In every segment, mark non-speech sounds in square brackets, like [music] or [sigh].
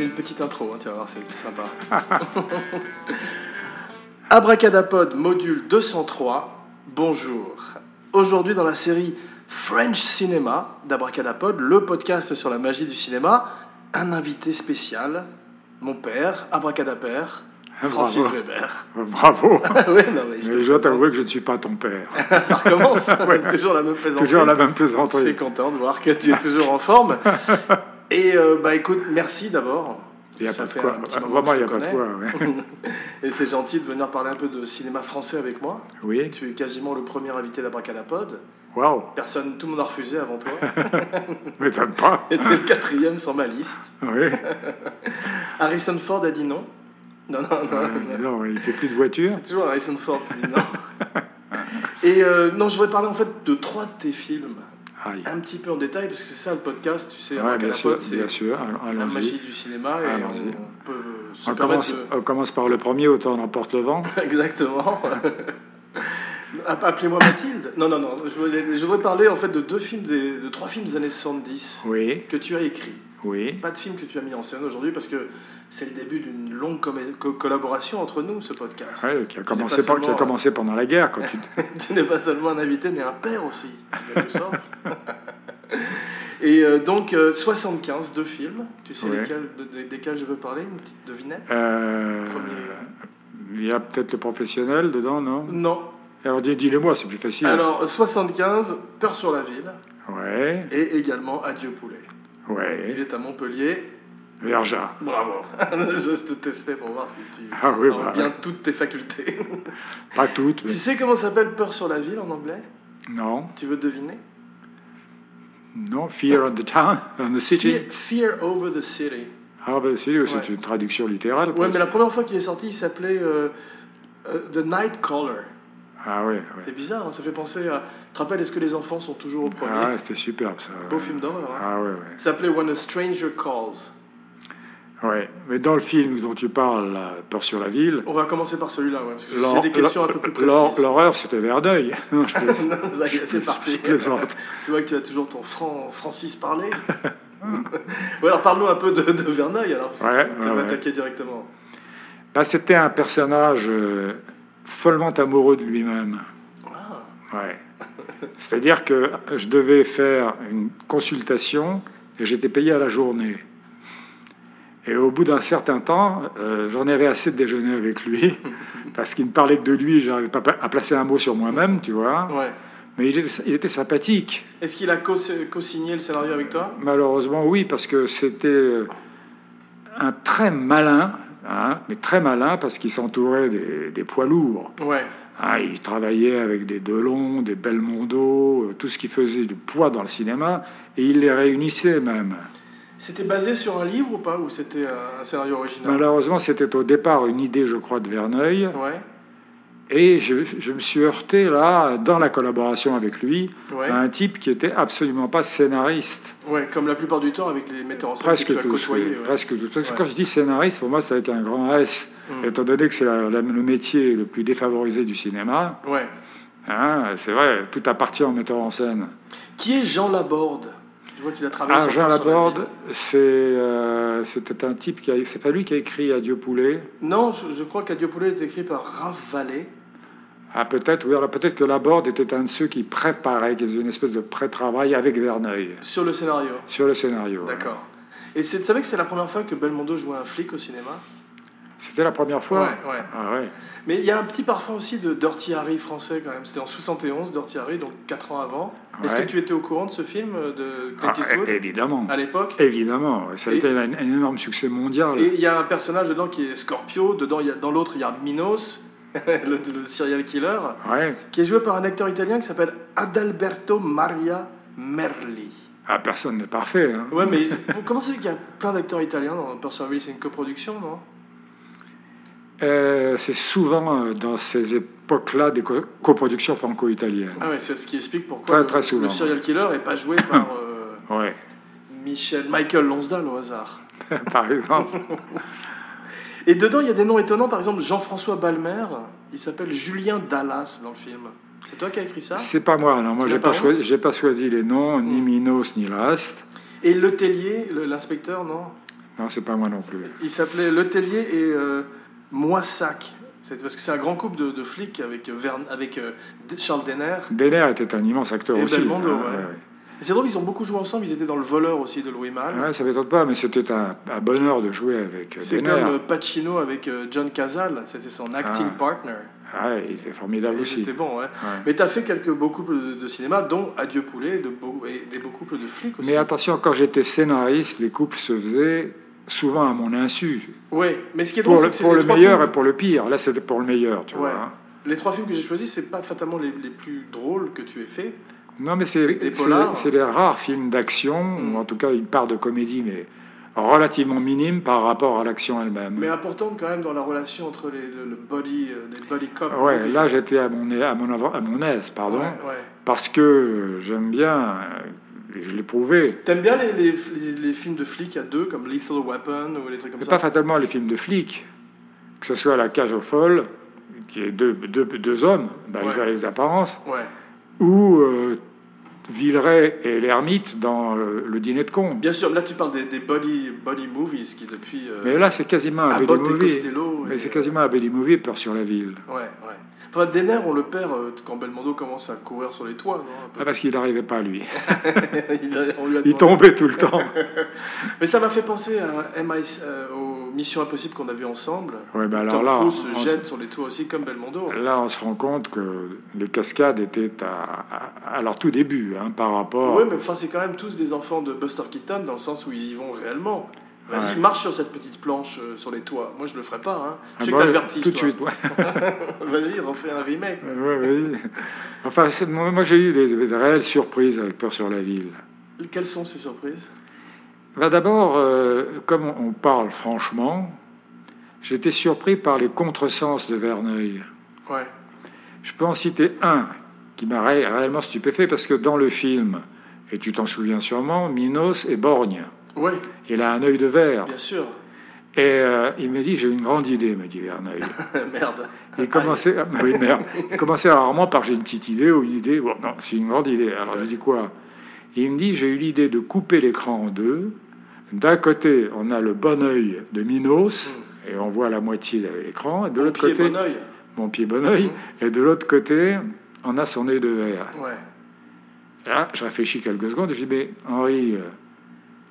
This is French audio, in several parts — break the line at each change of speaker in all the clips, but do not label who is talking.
une petite intro, hein, tu vas voir, c'est sympa. [laughs] Abracadapod, module 203, bonjour. Aujourd'hui, dans la série French Cinema d'Abracadapod, le podcast sur la magie du cinéma, un invité spécial, mon père, Abracadapère, Francis
Bravo. [laughs]
Weber. [laughs] Ah
Bravo.
ouais, non, mais je te
Mais je dois
présente.
t'avouer que je ne suis pas
[laughs]
ton père.
Ça recommence,
[laughs] Ouais.
toujours la même plaisanterie.
Toujours la même
Je suis
plaisanterie.
content de voir que tu es toujours en
[laughs]
forme. Et euh, bah écoute, merci d'abord.
Il n'y a
Ça
pas de
fait
quoi. Bah,
un petit moment
Vraiment,
que
il n'y
je
a
te
pas de
connais.
quoi. ouais.
Et c'est gentil de venir parler un peu de cinéma français avec moi.
Oui.
Tu es quasiment le premier invité d'Abracadapod.
Waouh.
Personne, tout le monde a refusé avant
[laughs]
toi.
M'étonne pas.
Et t'es le quatrième sur ma liste. [laughs]
Oui.
Harrison Ford a dit non. Non, non, non.
Euh, Non, il ne fait plus de voiture.
C'est toujours Harrison Ford qui dit non. [laughs] Et euh, non, je voulais parler en fait de trois de tes films.
Aïe.
Un petit peu en détail, parce que c'est ça le podcast, tu sais,
Ouais, bien sûr,
Abracadapod, c'est
bien sûr. Allons-
la
Allons-y.
magie du cinéma et
Allons-y.
on peut euh, se
On
permettre
commence, on commence par le premier, autant on emporte le vent.
de- Exactement. [laughs] Appelez-moi Mathilde. Non, non, non. Je voulais, je voudrais parler en fait de deux films, des- de trois films des années 70
Oui,
que tu as écrits.
oui.
Pas de film que tu as mis en scène aujourd'hui parce que c'est le début d'une longue comé- co- collaboration entre nous, ce podcast. [laughs]
Ouais, qui a,
pas
commencé par- qui a
seulement,
commencé pendant la guerre.
[laughs]
Quand tu...
tu n'es pas seulement un invité, mais un père aussi, en quelque sorte. [laughs] Et euh, donc, euh, 75, deux films. Tu sais
Ouais.
lesquels, de- de- desquels je veux parler Une petite devinette
Euh, il y a peut-être le professionnel dedans, non
Non,
Alors dis- dis-le-moi, c'est plus facile.
Alors, 75, Peur sur la ville,
Ouais,
et également Adieu poulet. Il
ouais.
est à Montpellier.
Verja.
Bravo. [laughs] Je te testais pour voir si tu
Ah oui,
auras
bah,
bien toutes tes
[laughs]
facultés.
Pas toutes, mais
tu sais comment s'appelle Peur sur la ville en anglais
non.
Tu veux deviner
Non, Fear on the Town, on the City.
Fear, Fear Over the City.
Ah ben si, c'est
Ouais.
une traduction littérale.
Ouais,
presque.
mais la première fois qu'il est sorti, il s'appelait euh, euh, The Night Caller.
Ah ouais, ouais.
C'est bizarre, hein, ça fait penser à. Tu te rappelles, est-ce que les enfants sont toujours au premier
Ah ouais, c'était superbe ça.
Beau film d'horreur. hein.
Ah ouais, ouais.
Ça s'appelait When a Stranger Calls.
Ouais, mais dans le film dont tu parles, là, Peur sur la ville,
On va commencer par celui-là, ouais, parce que j'ai
l'hor-
des questions un peu plus
l'hor-
précises.
l'horreur c'était Verdeuil. Non, je plaisante.
Non, [laughs] ça y est, c'est parti.
[laughs] Je plaisante.
Je vois que tu as toujours ton franc Francis parler. [laughs] ouais, alors parle-nous un peu de, de Verneuil, alors, parce que
Ouais,
tu
ouais,
vas
ouais.
attaquer directement.
Bah, c'était un personnage euh, follement amoureux de lui-même.
Ah,
Ouais. C'est-à-dire que je devais faire une consultation et j'étais payé à la journée. Et au bout d'un certain temps, euh, j'en avais assez de déjeuner avec lui, parce qu'il ne parlait que de lui, j'arrivais pas à placer un mot sur moi-même, tu vois.
ouais.
Mais il était, il était sympathique.
Est-ce qu'il a co- co-signé le scénario avec toi
Malheureusement, oui, parce que c'était euh, un très malin, hein, mais très malin, parce qu'il s'entourait des- des poids lourds.
Ouais.
Ah, il travaillait avec des Delon, des Belmondo, euh, tout ce qui faisait du poids dans le cinéma, et il les réunissait même.
C'était basé sur un livre ou pas Ou c'était un, un scénario original
Malheureusement, c'était au départ une idée, je crois, de Verneuil,
Ouais.
et je, je me suis heurté là, dans la collaboration avec lui,
Ouais.
à un type qui était absolument pas scénariste.
ouais, comme la plupart du temps avec les metteurs en scène que
Presque
tu as
tout.
côtoyé. ouais.
presque tout. Parce que
Ouais.
Quand je dis scénariste, pour moi, c'est avec un grand S,
Mm.
étant donné que c'est la- la- le métier le plus défavorisé du cinéma.
Ouais.
hein, c'est vrai, tout appartient au metteur en scène.
Qui est Jean Laborde Je vois qu'il a travaillé
Ah,
sur
Jean
Peur sur la
Laborde,
ville.
c'est, euh, c'était un type qui a, c'est pas lui qui a écrit Adieu poulet.
Non, je, je crois qu'Adieu Poulet est écrit par Raph Vallée.
Ah, peut-être, oui, alors peut-être que Laborde était un de ceux qui préparaient, qui faisait une espèce de pré-travail avec Verneuil
Sur le scénario.
sur le scénario.
D'accord. Et c'est- tu savais que c'est la première fois que Belmondo jouait un flic au cinéma
C'était la première fois.
ouais.
Ah ouais.
Mais il y a un petit parfum aussi de Dirty Harry français quand même. C'était en 71, Dirty Harry, donc 4 ans avant. Est-ce que
Ouais.
tu étais au courant de ce film euh, de Clint
Ah,
Eastwood
é- évidemment.
à l'époque
Évidemment. Ça a
Et-
été un, un énorme succès mondial.
Et il y a un personnage dedans qui est Scorpio, dedans, il y a, dans l'autre il y a Minos, [laughs] le, le serial killer,
Ouais.
qui est joué par un acteur italien qui s'appelle Adalberto Maria Merli.
Ah, personne n'est parfait. hein.
Ouais,
[laughs]
mais comment c'est qu'il y a plein d'acteurs italiens dans Percival C'est une coproduction, non
Euh, c'est souvent euh, dans ces époques-là des co- coproductions franco-italiennes.
Ah ouais, c'est ce qui explique pourquoi
Très,
le-
très souvent.
le serial killer n'est pas joué par euh,
Ouais. [laughs]
Michel, Michael Lonsdale au hasard.
Par exemple.
Et dedans, il y a des noms étonnants. Par exemple, Jean-François Balmer, il s'appelle Julien Dallas dans le film. C'est toi qui as écrit ça
C'est pas moi, non. Moi,
Tu
j'ai
l'as pas hein Oh.
pas, choisi, j'ai pas choisi les noms, ni Minos, ni Last.
Et Le Tellier, le- l'inspecteur, non
Non, c'est pas moi non plus.
Il s'appelait Letellier et euh, Moissac. C'est parce que c'est un grand couple de, de flics avec, Verne- avec euh, Charles Denner.
Denner était un immense acteur
Et
aussi.
Belmondo,
hein,
ouais. Mais C'est drôle, ils ont beaucoup joué ensemble. Ils étaient dans Le Voleur aussi de Louis Malle.
Ouais, ça m'étonne pas, mais c'était un, un bonheur de jouer avec
C'est
Denner.
comme euh, Pacino avec euh, John Cazale, c'était son acting
Ah.
partner.
Ah, il était formidable
Et
aussi.
C'était bon, ouais.
Ouais.
Mais t'as fait quelques beaux couples de, de cinéma, dont Adieu Poulet de beaux- et des beaux couples de flics aussi.
Mais attention, quand j'étais scénariste, les couples se faisaient souvent à mon insu.
Ouais, mais ce qui est drôle,
Pour
c'est
le,
que c'est
pour
les
le
trois
meilleur
films-
et pour le pire. Là, c'était pour le meilleur, tu
Ouais.
vois. hein.
Les trois films que j'ai choisis, c'est pas fatalement les, les plus drôles que tu aies fait.
Non, mais c'est
des
c'est-
polars.
c'est les rares films d'action,
Mm.
ou en tout cas une part de comédie, mais relativement minime par rapport à l'action elle-même.
Mais importantes quand même dans la relation entre les, le, le body, euh, les body cop.
Ouais,
movie.
là j'étais à mon, à, mon avant- à mon aise, pardon,
Ouais, ouais.
parce que euh, j'aime bien, euh, je l'ai prouvé,
T'aimes bien les, les, les- les films de flics à deux, comme Lethal Weapon ou les trucs comme
mais
ça
pas fatalement les films de flics, que ce soit La Cage aux Folles, qui est deux, deux, deux hommes, bah,
Ouais.
je vois les apparences,
Ouais.
ou euh, Villeray et l'ermite dans euh, Le Dîner de cons.
Bien sûr, mais là tu parles des, des body, body movies qui depuis euh,
Mais là c'est quasiment un
Abbott
buddy
et
movie.
Costello.
Mais
et-
c'est quasiment un buddy movie, Peur sur la ville.
Ouais, ouais. Enfin, Denner, on le perd euh, quand Belmondo commence à courir sur les toits. non, un peu.
Ah, parce qu'il n'arrivait pas, lui.
[laughs] Il a- on lui a demandé.
Il tombait tout le
[laughs]
temps.
Mais ça m'a fait penser à MI, euh, aux Missions Impossibles qu'on a vu ensemble.
Ouais, bah alors
Tom
là,
Cruise
on
se jette sur les toits aussi comme Belmondo.
Là, on se rend compte que les cascades étaient à, à- à leur tout début hein, par rapport.
Oui, mais enfin, c'est quand même tous des enfants de Buster Keaton dans le sens où ils y vont réellement. Vas-y,
Ouais.
marche sur cette petite planche euh, sur les toits. Moi, je le ferai pas. Hein. Je
Ah,
sais
bah,
que t'as le vertige.
Tout de
toi.
suite, ouais.
[laughs] Vas-y, refais un remake.
Ouais, ouais. Enfin, c'est- moi, moi, j'ai eu des, des réelles surprises avec Peur sur la ville.
Quelles sont ces surprises
Bah, D'abord, euh, comme on on parle franchement, j'étais surpris par les contresens de Verneuil.
Ouais.
Je peux en citer un qui m'a ré- réellement stupéfait parce que dans le film, et tu t'en souviens sûrement, Minos est borgne.
Oui,
Il a un œil de verre.
bien sûr. [laughs]
Et euh, il me dit, j'ai une grande idée, me dit Verneuil.
Merde.
Il commençait, ah, oui, merde. Il commençait rarement par j'ai une petite idée ou une idée. Bon, non, c'est une grande idée. Alors je dis quoi Et Il me dit, j'ai eu l'idée de couper l'écran en deux. D'un côté, on a le bon œil de Minos, et on voit la moitié de l'écran. Et de
Bon
l'autre
Mm. pied, Mm.
côté,
bon oeil.
mon pied bon œil. Et de l'autre côté, on a son œil de verre.
Ouais.
Et Là, je réfléchis quelques secondes et je dis, mais Henri, euh,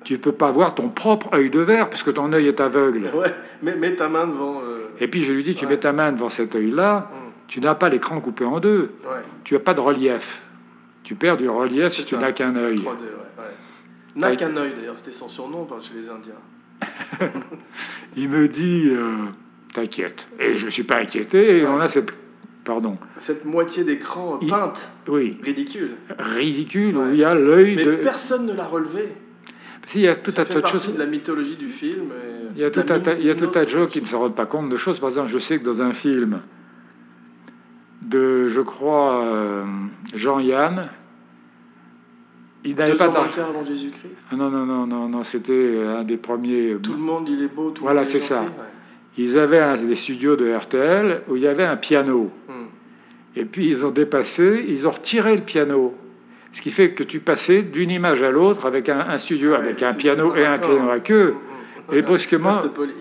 tu peux pas voir ton propre œil de verre puisque ton œil est aveugle.
[laughs] Ouais, mets, mets ta main devant. euh,
Et puis je lui dis, tu
Ouais.
mets ta main devant cet œil-là,
mm,
tu n'as pas l'écran coupé en deux,
Ouais,
tu n'as pas de relief. Tu perds du relief
C'est
si tu
ça.
n'as qu'un œil.
3D, ouais. ouais. N'a qu'un œil d'ailleurs, c'était son surnom par- chez les Indiens.
Il me dit, euh, t'inquiète. Et je ne suis pas inquiété, et
Ouais.
on a cette... Pardon.
Cette moitié d'écran euh,
Il-
peinte,
Oui,
ridicule.
ridicule,
Ouais.
où il y a l'œil
Mais
de...
personne ne l'a relevé.
Si, il y a tout
Ça
un
fait
tas de
partie
choses...
de la mythologie du film. et
Il y a
de
tout
la
un tas, il y a tout un tas de
mythologie.
gens qui ne se rendent pas compte de choses. Par exemple, je sais que dans un film de, je crois, euh, Jean-Yann, il n'avait
Deux
pas
ans moins
d'argent.
quart avant Jésus-Christ.
Ah Non, non, non, non, non, c'était un des premiers.
Tout le monde, il est beau. Tout
Voilà,
le monde, il est
c'est ça.
gentil, ouais.
Ils avaient un- des studios de RTL où il y avait un piano.
Mm.
Et puis ils ont dépassé, ils ont retiré le piano. Ce qui fait que tu passais d'une image à l'autre avec un, un studio,
Ouais,
avec un
c'était
piano
pas
et un
raccord.
piano à queue.
Mm, mm.
Et brusquement.
Reste
[laughs]
poli.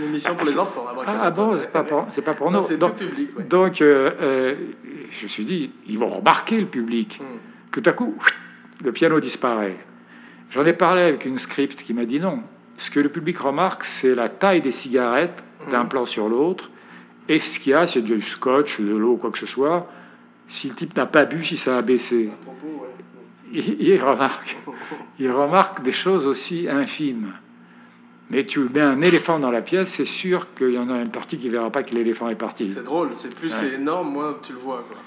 Une émission pour les enfants.
Ah,
abracadabra.
ah bon, c'est pas pour, c'est pas pour
Non,
nous.
C'est tout
Donc,
public, ouais.
Donc, euh, euh, je me suis dit, ils vont remarquer le public.
Mm.
Que tout à coup, le piano disparaît. J'en ai parlé avec une script qui m'a dit non. Ce que le public remarque, c'est la taille des cigarettes d'un
Mm.
plan sur l'autre. Et ce qu'il y a, c'est du scotch, de l'eau, quoi que ce soit. Si le type n'a pas bu, si ça a baissé,
À propos, ouais.
il, il remarque. Il remarque des choses aussi infimes. Mais tu mets un éléphant dans la pièce, c'est sûr qu'il y en a une partie qui verra pas que l'éléphant est parti.
C'est drôle, c'est plus
Ouais.
c'est énorme, moins tu le vois. Quoi.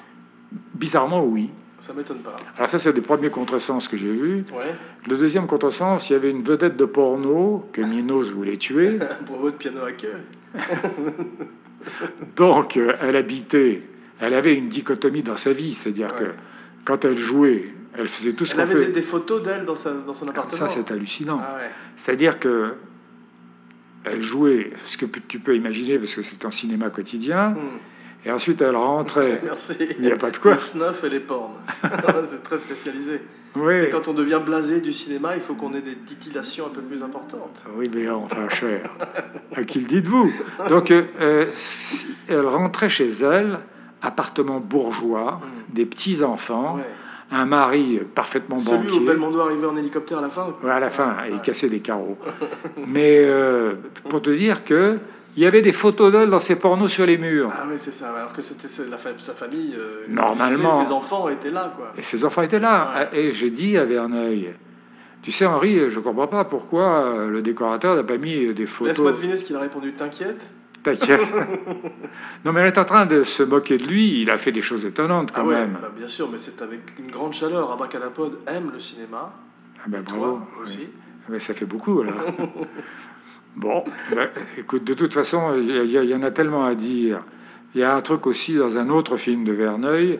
Bizarrement, oui.
Ça m'étonne pas.
Alors ça, c'est des premiers contresens que j'ai vus.
Ouais, [laughs]
Le deuxième contresens, il y avait une vedette de porno que Minos
[laughs]
voulait tuer.
à propos de piano à queue.
Donc, euh, elle habitait, elle avait une dichotomie dans sa vie, c'est-à-dire
Ouais.
que quand elle jouait, elle faisait tout ce
Elle
qu'on
avait
fait.
des, des photos d'elle dans, sa- dans son appartement.
Ah, Ça, c'est hallucinant.
ah ouais.
C'est-à-dire que [laughs] elle jouait ce que tu peux imaginer parce que c'est un cinéma quotidien.
Hmm.
Et ensuite,
[laughs]
elle rentrait.
Merci.
Il n'y a pas de quoi.
Le snuff et les [laughs] pornes. c'est très spécialisé.
Oui,
C'est quand on devient blasé du cinéma, il faut qu'on ait des titillations un peu plus importantes.
oui mais enfin, cher. À qui le dites-vous Donc, euh, euh, si- elle rentrait chez elle, appartement bourgeois, des petits-enfants,
Mm. Ouais.
un mari parfaitement
Celui où
Hein banquier.
Belmondo arrivait en hélicoptère à la fin.
Ouais, à la fin, il cassait
[laughs]
des carreaux. Mais euh, pour te dire que il y avait des photos d'elle dans ses pornos sur les murs.
Ah oui, c'est ça. Alors que c'était sa la fa- sa famille. euh,
Normalement.
Ses enfants étaient là, quoi.
Et ses enfants étaient là. Et j'ai dit à Verneuil, tu sais Henri, je comprends pas pourquoi euh, le décorateur n'a pas mis euh, des
Laisse-moi
photos.
deviner ce qu'il a répondu. T'inquiète
T'inquiète. [laughs] non mais elle est en train de se moquer de lui. Il a fait des choses étonnantes quand
Ah ouais,
même.
bah, bien sûr, mais c'est avec une grande chaleur. Abracadapod aime le cinéma.
Ah ben, bravo.
Toi aussi.
Oui. Ah ben, ça fait
[laughs]
beaucoup là. bon, ben, écoute, de toute façon, il y, a- il y a- il y en a tellement à dire. Il y a un truc aussi dans un autre film de Verneuil.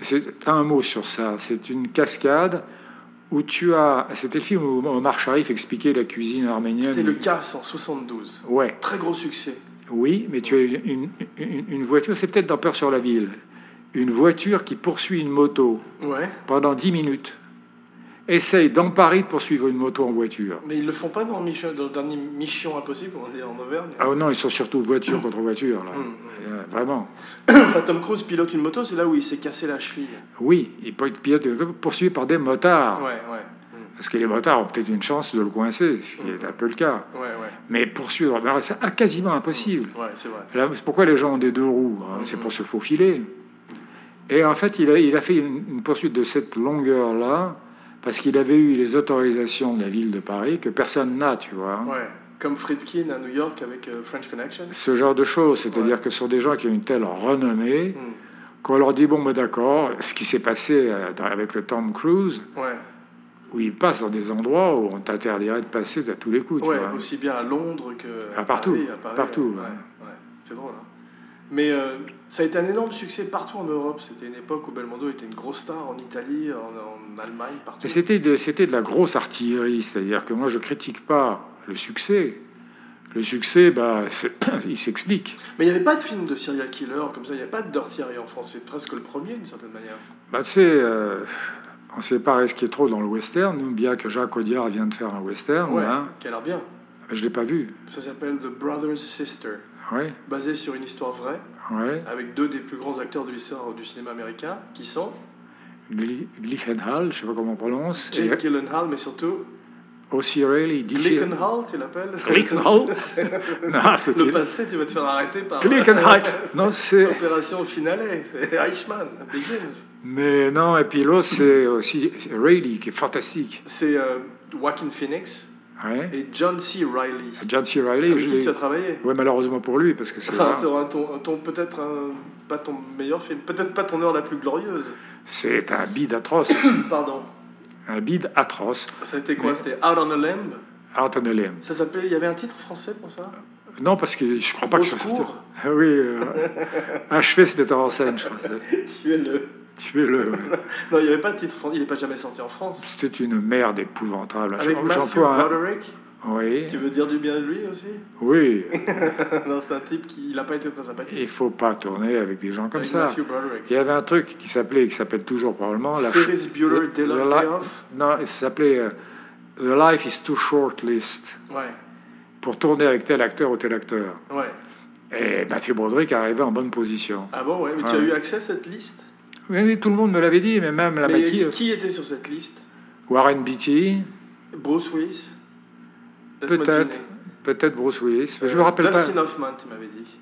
C'est un mot sur ça. C'est une cascade où tu as. C'était le film où Omar Sharif expliquait la cuisine arménienne.
C'était le casse en 72.
Ouais,
Très gros succès.
oui, mais tu as une, une- une voiture. C'est peut-être dans Peur sur la ville. Une voiture qui poursuit une moto
Ouais.
pendant 10 minutes. Essaye d'emparer de poursuivre une moto en voiture.
Mais ils le font pas dans, Mission, dans le dernier Mission Impossible, on dit en Auvergne. [coughs]
Ah non, ils sont surtout voiture contre voiture,
Mm,
là. Euh, Vraiment.
Enfin, Tom Cruise pilote une moto, c'est là où il s'est cassé la cheville.
Oui, il peut être pilote de moto poursuivi par des motards.
Ouais, ouais. Mm.
Parce que les motards ont peut-être une chance de le coincer, ce qui est un peu le cas.
Ouais, ouais.
Mais poursuivre, ben, c'est ah, quasiment impossible.
Ouais, c'est vrai.
Là, c'est pourquoi les gens ont des deux roues. hein, C'est
Mm.
pour se faufiler. Et en fait, il a, il a fait une, une poursuite de cette longueur-là parce qu'il avait eu les autorisations de la ville de Paris que personne n'a, tu vois.
Ouais. Comme Friedkin à New York avec euh, French Connection.
Ce genre de choses, c'est-à-dire
Ouais.
que ce sont des gens qui ont une telle renommée.
Mm.
Quand on leur dit, bon, ben d'accord, ce qui s'est passé euh, dans- avec le Tom Cruise,
Ouais.
où il passe dans des endroits où on t'interdirait de passer à tous les coups. tu
Ouais,
vois.
aussi bien à Londres que
À partout,
Paris, à Paris,
partout,
ouais,
ouais.
ouais. C'est drôle. hein. Mais euh, ça a été un énorme succès partout en Europe. C'était une époque où Belmondo était une grosse star en Italie, en, en Allemagne, partout.
Mais c'était de, c'était de la grosse artillerie, c'est-à-dire que moi je critique pas le succès. Le succès, bah, c'est- [coughs] il s'explique.
Mais il n'y avait pas de film de serial killer comme ça. Il n'y a pas de Dirty Harry en France. C'est presque le premier d'une certaine manière.
Bah, tu sais, euh, on ne sait pas ce qui est trop dans le western, nous, bien que Jacques Audiard vient de faire un western,
Ouais,
hein,
qui a l'air bien.
mais je l'ai pas vu.
Ça s'appelle The Brother's Sister,
Ouais,
basé sur une histoire vraie,
ouais.
avec deux des plus grands acteurs de l'histoire du cinéma américain, qui sont
Gli- Glickenhall, je sais pas comment on prononce. et
Jake Gyllenhaal, mais surtout
O'Reilly, DJ.
Glickenhaal, tu l'appelles
Glickenhall [laughs] Non,
[laughs]
c'est
Le passé, tu vas te faire arrêter par.
Glickenhall. Non, c'est.
Opération finale, c'est Eichmann, Begins.
Mais non, et puis l'autre, c'est aussi c'est Reilly, qui est fantastique.
C'est euh, Joaquin Phoenix
Ouais.
et John C. Riley.
John C. Reilly,
Avec
je
qui tu as
l'ai-
travaillé
Ouais, malheureusement pour lui, parce que c'est
Enfin,
rare.
sur un ton, un ton- peut-être un- pas ton meilleur film, peut-être pas ton heure la plus glorieuse.
C'est un bide atroce.
Pardon.
un bide atroce.
C'était quoi C'était Out on a Lamb
Out on a limb.
Ça s'appelait. Il y avait un titre français pour
[laughs]
ça
Non, parce que je crois pas
Au
que ça sortira.
secours.
Ah oui, euh, achevé ce metteur en scène, je crois.
Tu es le.
Tu es le.
Non, il n'y avait pas de titre français. Il n'est pas jamais sorti en France.
C'était une merde épouvantable.
Avec
J'en-
Matthew
j'emploie un-
Broderick.
Oui.
Tu veux dire du bien de lui aussi [laughs]
Oui,
Non, c'est un type qui n'a pas été très sympathique.
il faut pas tourner avec des gens comme
Avec
ça.
Matthew Broderick.
Il y avait un truc qui s'appelait, qui s'appelle toujours probablement. La
Ferris Bueller
la-
Day Off-
la-
Day Off
Non, ça s'appelait euh, The Life is Too Short List
Ouais,
pour tourner avec tel acteur ou tel acteur.
ouais.
Et Mathieu Broderick arrivait en bonne position.
Ah bon, ouais, mais tu as
Ouais.
eu accès à cette liste
Oui, oui, tout le monde me l'avait dit, mais même la
Mais qui,
maquille. euh.
qui était sur cette liste
Warren Beatty,
Bruce Willis Laisse-moi
peut-être,
deviner.
peut-être Bruce Willis. je
Euh,
me rappelle pas.
Dustin Hoffman, tu m'avais dit.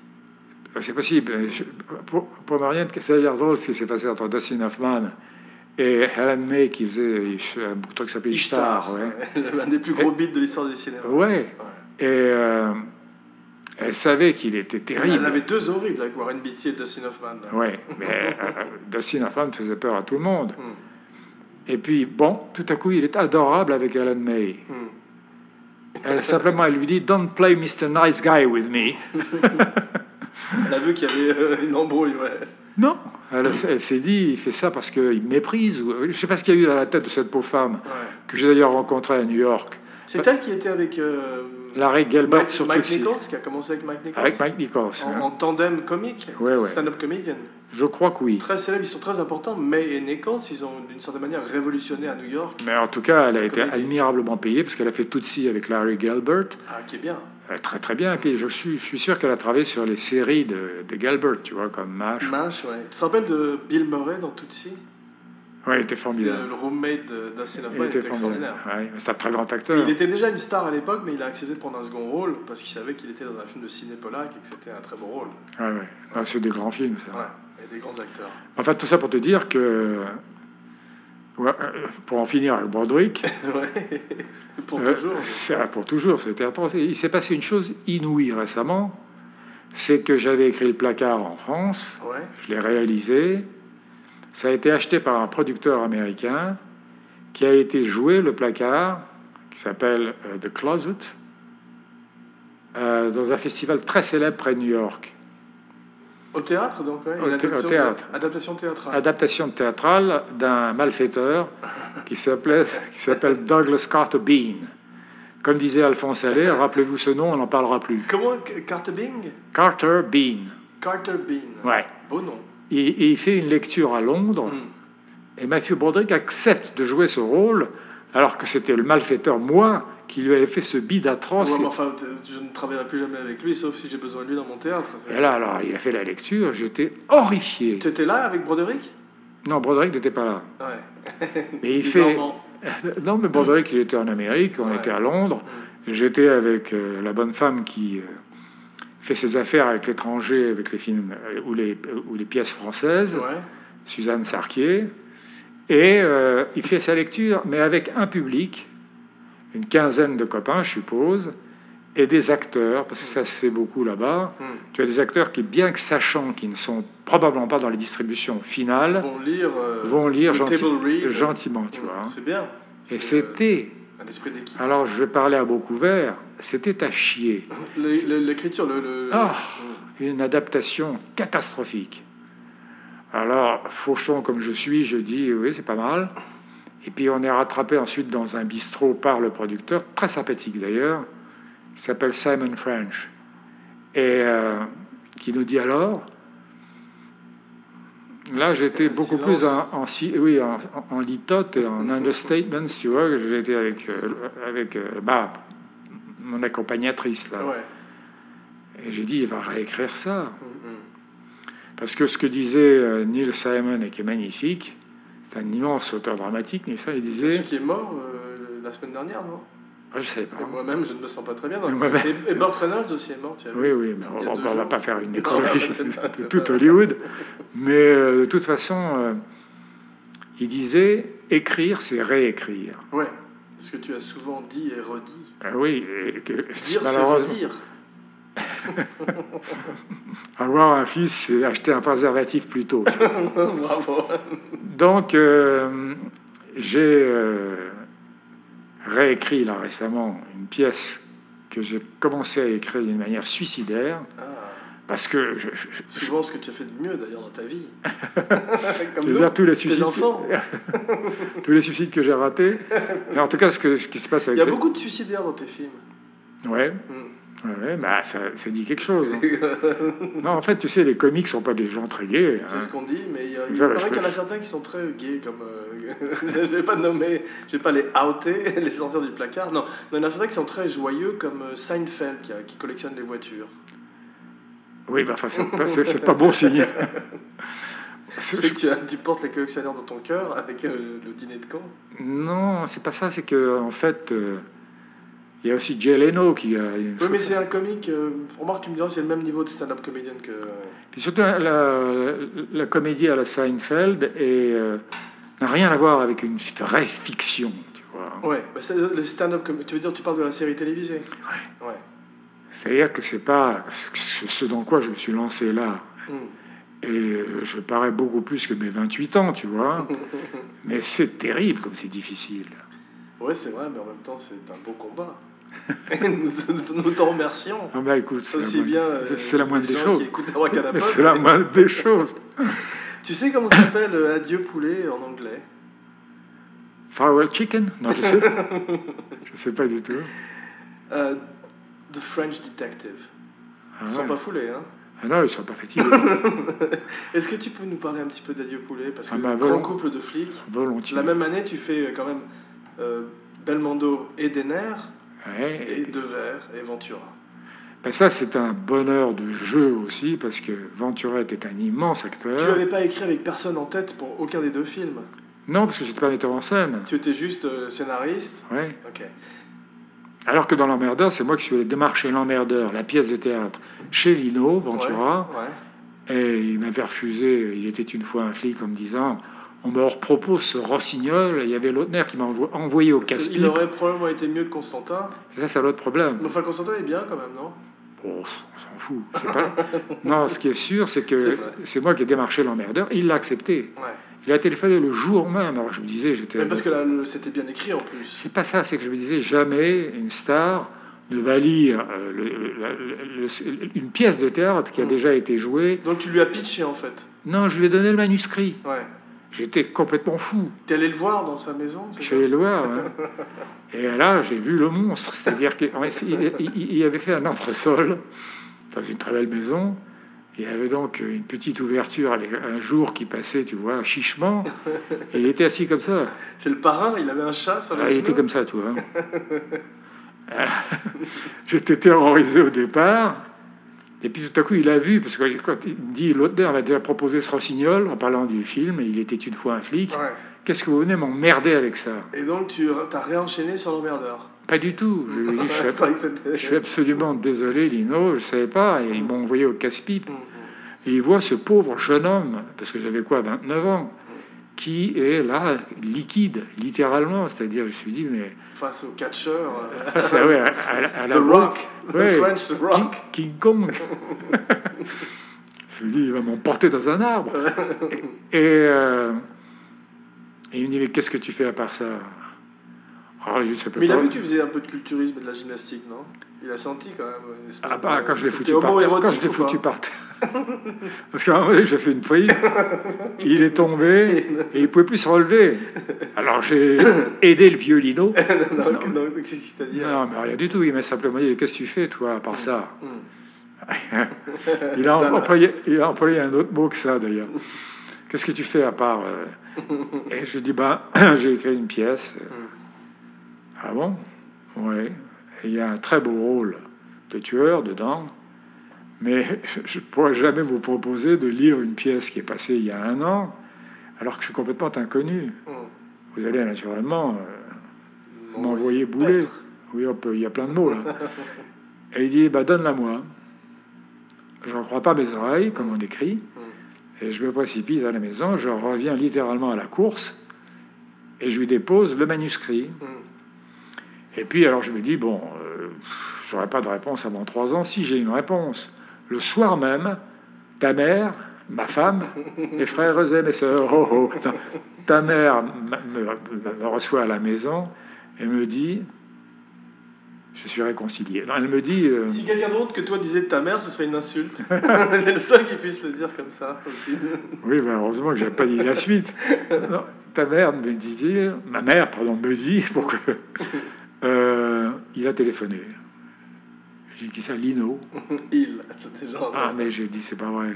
C'est possible. Je- pour, pour Marianne, c'est d'ailleurs drôle ce qui s'est passé entre Dustin Hoffman et Helen May qui faisait Ish- un truc qui s'appelait Ishtar. ouais.
ouais. [laughs] L'un des plus gros beats de l'histoire du cinéma.
Ouais. Et euh, elle savait qu'il était
Il y en
terrible.
avait deux horribles avec Warren Beatty et Dustin Hoffman. là.
Ouais, mais euh, Dustin Hoffman faisait peur à tout le monde.
Hmm.
Et puis, bon, tout à coup, il est adorable avec Helen May.
Hmm.
Elle simplement, elle lui dit Don't play Mr. Nice Guy with me.
Elle a vu qu'il y avait euh, une embrouille, ouais.
Non. Elle, elle s'est dit Il fait ça parce qu'il méprise. ou- Je ne sais pas ce qu'il y a eu dans la tête de cette pauvre femme,
Ouais.
que j'ai d'ailleurs rencontrée à New York.
C'est elle qui était avec euh,
Bah Larry Gelbart
Mike,
sur
Mike
Tutsi.
Nichols, qui a commencé avec Mike Nichols.
Avec Mike Nichols. hein.
En, en tandem comique,
Ouais, ouais.
stand-up comedian.
Je crois que oui.
Très célèbres, ils sont très importants. May et Nichols, ils ont d'une certaine manière révolutionné à New York.
Mais en tout cas, elle a été
Comédie.
admirablement payée parce qu'elle a fait Tootsie avec Larry Gelbart.
Ah, qui est bien.
Euh, Très très bien. Et puis je suis, je suis sûr qu'elle a travaillé sur les séries de, de Gelbart, tu vois, comme MASH.
Mince, ouais. Tu te rappelles de Bill Murray dans Tootsie Mm.
Ouais, elle était
C'est
formidable.
le roommate de- d'Austin
Elle
Hoffman, il euh, était extraordinaire.
Ouais, C'est un très grand
Et
acteur.
il était déjà une star à l'époque, mais il a accepté de prendre un second rôle parce qu'il savait qu'il était dans un film de Ciné Pollack et que c'était un très beau rôle.
Ouais, ouais. Ouais, C'est des grands films. ça.
Ouais, et des grands
[laughs]
acteurs.
Enfin, tout ça pour te dire que. ouais, euh, pour en finir avec Broderick.
ouais, [laughs] pour
Euh,
toujours.
c'est- ah, pour toujours, c'était atroce. Et Il s'est passé une chose inouïe récemment, c'est que j'avais écrit le placard en France,
Ouais,
je l'ai réalisé, ça a été acheté par un producteur américain qui a été joué le placard, qui s'appelle euh, The Closet, euh, dans un festival très célèbre près de New York.
au théâtre donc, ouais.
Au
une
thé- au
adaptation,
théâtre.
adaptation théâtrale.
Adaptation théâtrale d'un malfaiteur qui s'appelait- qui s'appelle Douglas Carter Bean. Comme disait Alphonse Allais, rappelez-vous ce nom, on n'en parlera plus.
Comment K- Carter Bing
Carter Bean.
Carter Bean.
Ouais.
Beau nom.
Et, et il fait une lecture à Londres.
Mm.
Et Matthew Broderick accepte de jouer ce rôle, alors que c'était le malfaiteur, moi, qui lui avait fait ce bide atroce.
Ouais, mais enfin, t- je ne travaillerai plus jamais avec lui, sauf si j'ai besoin de lui dans mon théâtre.
Et là, alors, il a fait la lecture, j'étais horrifié.
Tu étais là avec Broderick
Non, Broderick n'était pas là.
Ouais.
Mais il fait.
Mm. Bizarrement.
Non, mais Broderick, il était en Amérique, on
Ouais. Mm.
était à Londres. J'étais avec euh, la bonne femme qui euh, fait ses affaires avec l'étranger, avec les films euh, ou les, ou les pièces françaises.
Ouais.
Suzanne Sarquier, et euh, il fait sa lecture, mais avec un public, une quinzaine de copains, je suppose, et des acteurs, parce que ça se fait beaucoup là-bas.
Mm.
Tu as des acteurs qui, bien que sachant qu'ils ne sont probablement pas dans les distributions finales,
Vont lire. euh,
vont lire
le
genti-
table read.
gentiment, tu
Mm,
vois. hein.
C'est bien.
Et
C'est, euh,
c'était,
Un esprit d'équipe.
alors je vais parler à beau couvert, c'était à chier.
Le- le- L'écriture, le. le-
Ah,
Mm.
une adaptation catastrophique. Alors, fauchon comme je suis, je dis oui, c'est pas mal. Et puis on est rattrapé ensuite dans un bistrot par le producteur, très sympathique d'ailleurs, qui s'appelle Simon French, et euh, qui nous dit alors. Là, j'étais
Un
beaucoup
silence.
plus en, en si- oui, en, en- en litote et en understatement, tu vois. que J'étais avec, euh, avec euh, bah, mon accompagnatrice, là.
Ouais.
Et j'ai dit, il va réécrire ça.
Mm, mm.
Parce que ce que disait euh, Neil Simon, et qui est magnifique, c'est un immense auteur dramatique, Neil Simon, il
Celui
disait,
qui est mort euh, la semaine dernière, non
Ah, je savais pas.
Et Moi-même, je ne me sens pas très bien. non.
Et moi-même.
Et, et Burt Reynolds aussi est mort, tu as vu
Oui, oui, mais
Il y a
on
deux
ne va
jours.
pas faire
[laughs]
une
Non,
écologie
c'est pas- c'est
de
pas
tout
vrai.
Hollywood. Mais euh, de toute façon, euh, il disait, écrire, c'est réécrire.
Ouais. Ce que tu as souvent dit et redit.
Ah oui, et que-
Dire, c'est
malheureusement,
redire. [laughs]
avoir un fils, c'est acheter un préservatif plus tôt.
Bravo.
Donc, euh, j'ai euh, réécrit là récemment une pièce que j'ai commencé à écrire d'une manière suicidaire,
Ah.
parce que je, je- je-
Souvent ce que tu as fait de mieux d'ailleurs dans ta vie.
[laughs] je
Comme
veux
nous,
dire, tous les
tes
suicides,
enfants.
tous les suicides que [laughs] j'ai ratés. Mais en tout cas, ce, que- ce qui se passe
Il
avec
y a
ça-
beaucoup de suicidaires dans tes films.
ouais,
Mm.
ouais, ouais, bah ça, ça dit quelque chose. hein. Non, en fait, tu sais, les comiques sont pas des gens très gays. hein.
C'est ce qu'on dit, mais il, y a, il
Ça,
paraît
je peux-
qu'il y en a certains qui sont très gays, comme euh, [laughs] je vais pas nommer, je vais pas les outer, [laughs] les sortir du placard. Non, Non, il y en a certains qui sont très joyeux, comme euh, Seinfeld qui, a- qui collectionne les voitures.
Oui, bah enfin, c'est pas, c'est- c'est pas
[laughs]
bon signe.
Tu sais que tu, as- tu portes les collectionneurs dans ton cœur avec euh, le dîner de camp.
Non, c'est pas ça. C'est que en fait, euh, il y a aussi Jay Leno qui a. une
Oui, mais
chose-
c'est un comique. euh, remarque, tu me diras, c'est le même niveau de stand-up comédien que. euh,
Puis surtout la, la- la comédie à la Seinfeld et euh, n'a rien à voir avec une vraie fiction, tu vois.
Ouais, bah, c'est le stand-up comédien. Tu veux dire, tu parles de la série télévisée Ouais.
C'est-à-dire que c'est pas ce ce dans quoi je me suis lancé là.
Mm.
Et euh, je parais beaucoup plus que mes 28 ans,
[laughs]
tu vois. Mais c'est terrible comme c'est difficile.
Ouais, c'est vrai, mais en même temps, c'est un beau combat. [laughs] Et nous, nous- nous t'en remercions.
Ah bah écoute, c'est la
Aussi
moindre-
bien euh,
c'est la
les
moindre des
gens
choses.
qui écoutent Abracadabra.
[laughs] Mais c'est la moindre des choses.
Tu sais comment ça s'appelle euh, Adieu poulet en anglais
Farewell Chicken Non,
[laughs]
je sais. je sais pas du tout.
Euh, The French Detective.
Ah
Ils sont
ouais.
pas foulés, hein
Ah non, ils sont
[laughs]
pas fatigués.
Est-ce que tu peux nous parler un petit peu d'Adieu Poulet Parce que
Ah bah,
grand
volont-
couple de flics.
Volontiers.
La même année, tu fais euh, quand même euh, Belmondo et Denner
Ouais.
et Devers et Ventura.
Ben ça, c'est un bonheur de jeu aussi, parce que Ventura était un immense
Tu
acteur.
n'avais pas écrit avec personne en tête pour aucun des deux films.
Non, parce que j'étais pas metteur en scène.
Tu étais juste euh, scénariste.
Ouais.
Ok.
Alors que dans L'Emmerdeur, c'est moi qui suis allé démarcher L'Emmerdeur, la pièce de théâtre, chez Lino, Ventura,
Ouais. ouais.
et il m'avait refusé. Il était une fois un flic en me disant On me repropose ce rossignol. Il y avait Lautner qui m'a envo- envoyé au casse
Il aurait probablement été mieux que Constantin.
Ça, c'est l'autre problème.
[laughs] Mais enfin, Constantin est bien quand même, non
Bon, on s'en fout. c'est pas- non, ce qui est sûr, c'est
C'est
que
vrai.
c'est moi qui ai démarché L'Emmerdeur. Il l'a accepté.
Ouais.
Il a téléphoné le jour même. Alors je me disais, j'étais.
Mais parce que là, le- c'était bien écrit en plus.
C'est pas ça, c'est que je me disais jamais une star ne va lire euh, le- le- la- le- une pièce de théâtre qui a
Mm.
déjà été jouée.
Donc tu lui as pitché en fait.
Non, je lui ai donné le manuscrit.
Ouais.
J'étais complètement fou.
T'es allé le voir dans sa maison c'est
Je
ça
suis allé le voir. hein. Et là, j'ai vu le monstre. C'est-à-dire qu'il il- il- il avait fait un entresol dans une très belle maison. Il y avait donc une petite ouverture avec un jour qui passait, tu vois, chichement. Et il était assis comme ça.
C'est le parrain, il avait un chat sur le
Ah, il était
genou.
comme ça, toi. hein. [laughs] Alors, J'étais terrorisé au départ. Et puis tout à coup, il a vu, parce que quand il dit l'auteur m'a déjà proposé ce rossignol en parlant du film, et il était une fois un flic.
Ouais.
Qu'est-ce que vous venez m'emmerder avec ça
Et donc tu as réenchaîné sur l'emmerdeur.
Pas du tout.
[laughs]
Je lui ai dit, je
Je
suis,
croyais que c'était- [laughs]
je suis absolument désolé, Lino, je ne savais pas. Et ils m'ont envoyé au casse-pipe.
Mm, mm.
Et il voit ce pauvre jeune homme, parce que j'avais quoi, 29 ans, qui est là, liquide, littéralement. C'est-à-dire, je me suis dit,
[laughs]
mais.
Face au catcheur. euh,
[laughs] Ah ouais, à- à la- à
The
la
Rock. The
Ouais.
French The Rock.
King-
[laughs]
King Kong. je lui dis, il va m'emporter dans un arbre. Et, euh, et il me dit, mais qu'est-ce que tu fais à part ça Ah, je sais pas.
Mais il a vu que tu faisais un peu de culturisme et de la gymnastique, non Il a senti quand même. une espèce
Ah, bah,
de-
quand je l'ai foutu
C'était
par terre. Quand je
homo-érotique
l'ai
ou
foutu
pas
par terre. [laughs] Parce qu'à un moment donné, j'ai fait une prise. il est tombé et il pouvait plus se relever. Alors j'ai aidé le vieux Lino.
Non, [laughs] non, non, qu'est-ce qu'il t'a dit
Non, mais rien du tout. Il m'a simplement dit Qu'est-ce que tu fais, toi, à part ça [laughs] il, a
Dallas.
employé, il a employé un autre mot que ça, d'ailleurs. Qu'est-ce que tu fais à part. euh, Et je lui dis Ben, [clears throat] j'ai écrit une pièce. Ah bon Oui. Il y a un très beau rôle de tueur dedans. Mais je ne pourrais jamais vous proposer de lire une pièce qui est passée il y a un an, alors que je suis complètement inconnu.
Hum.
Vous allez naturellement. euh,
M'envoyer
m'envoyer bouler.
paître.
Oui, on peut- il y a plein de mots là. Et il dit, bah donne-la moi. J'en crois pas mes oreilles, comme on écrit. Et je me précipite à la maison, je reviens littéralement à la course et je lui dépose le manuscrit.
Hum.
Et puis alors je me dis, bon, euh, pff, j'aurai pas de réponse avant trois ans. Si j'ai une réponse, le soir même, ta mère, ma femme, mes frères et mes sœurs, oh, oh, putain. ta mère m- me, me- me reçoit à la maison et me dit, je suis réconcilié. Non, elle me dit, euh,
Si quelqu'un d'autre que toi disait de ta mère, ce serait une
[laughs]
insulte. [laughs] C'est le seul qui puisse le dire comme ça aussi.
oui, ben, heureusement que j'ai pas dit la suite. Non, ta mère me dit, ma mère, pardon, me dit, pour que, Euh, il a téléphoné. J'ai dit qui ça, Lino.
Il, c'était genre.
Ah, mais j'ai dit, c'est pas vrai.
Hmm.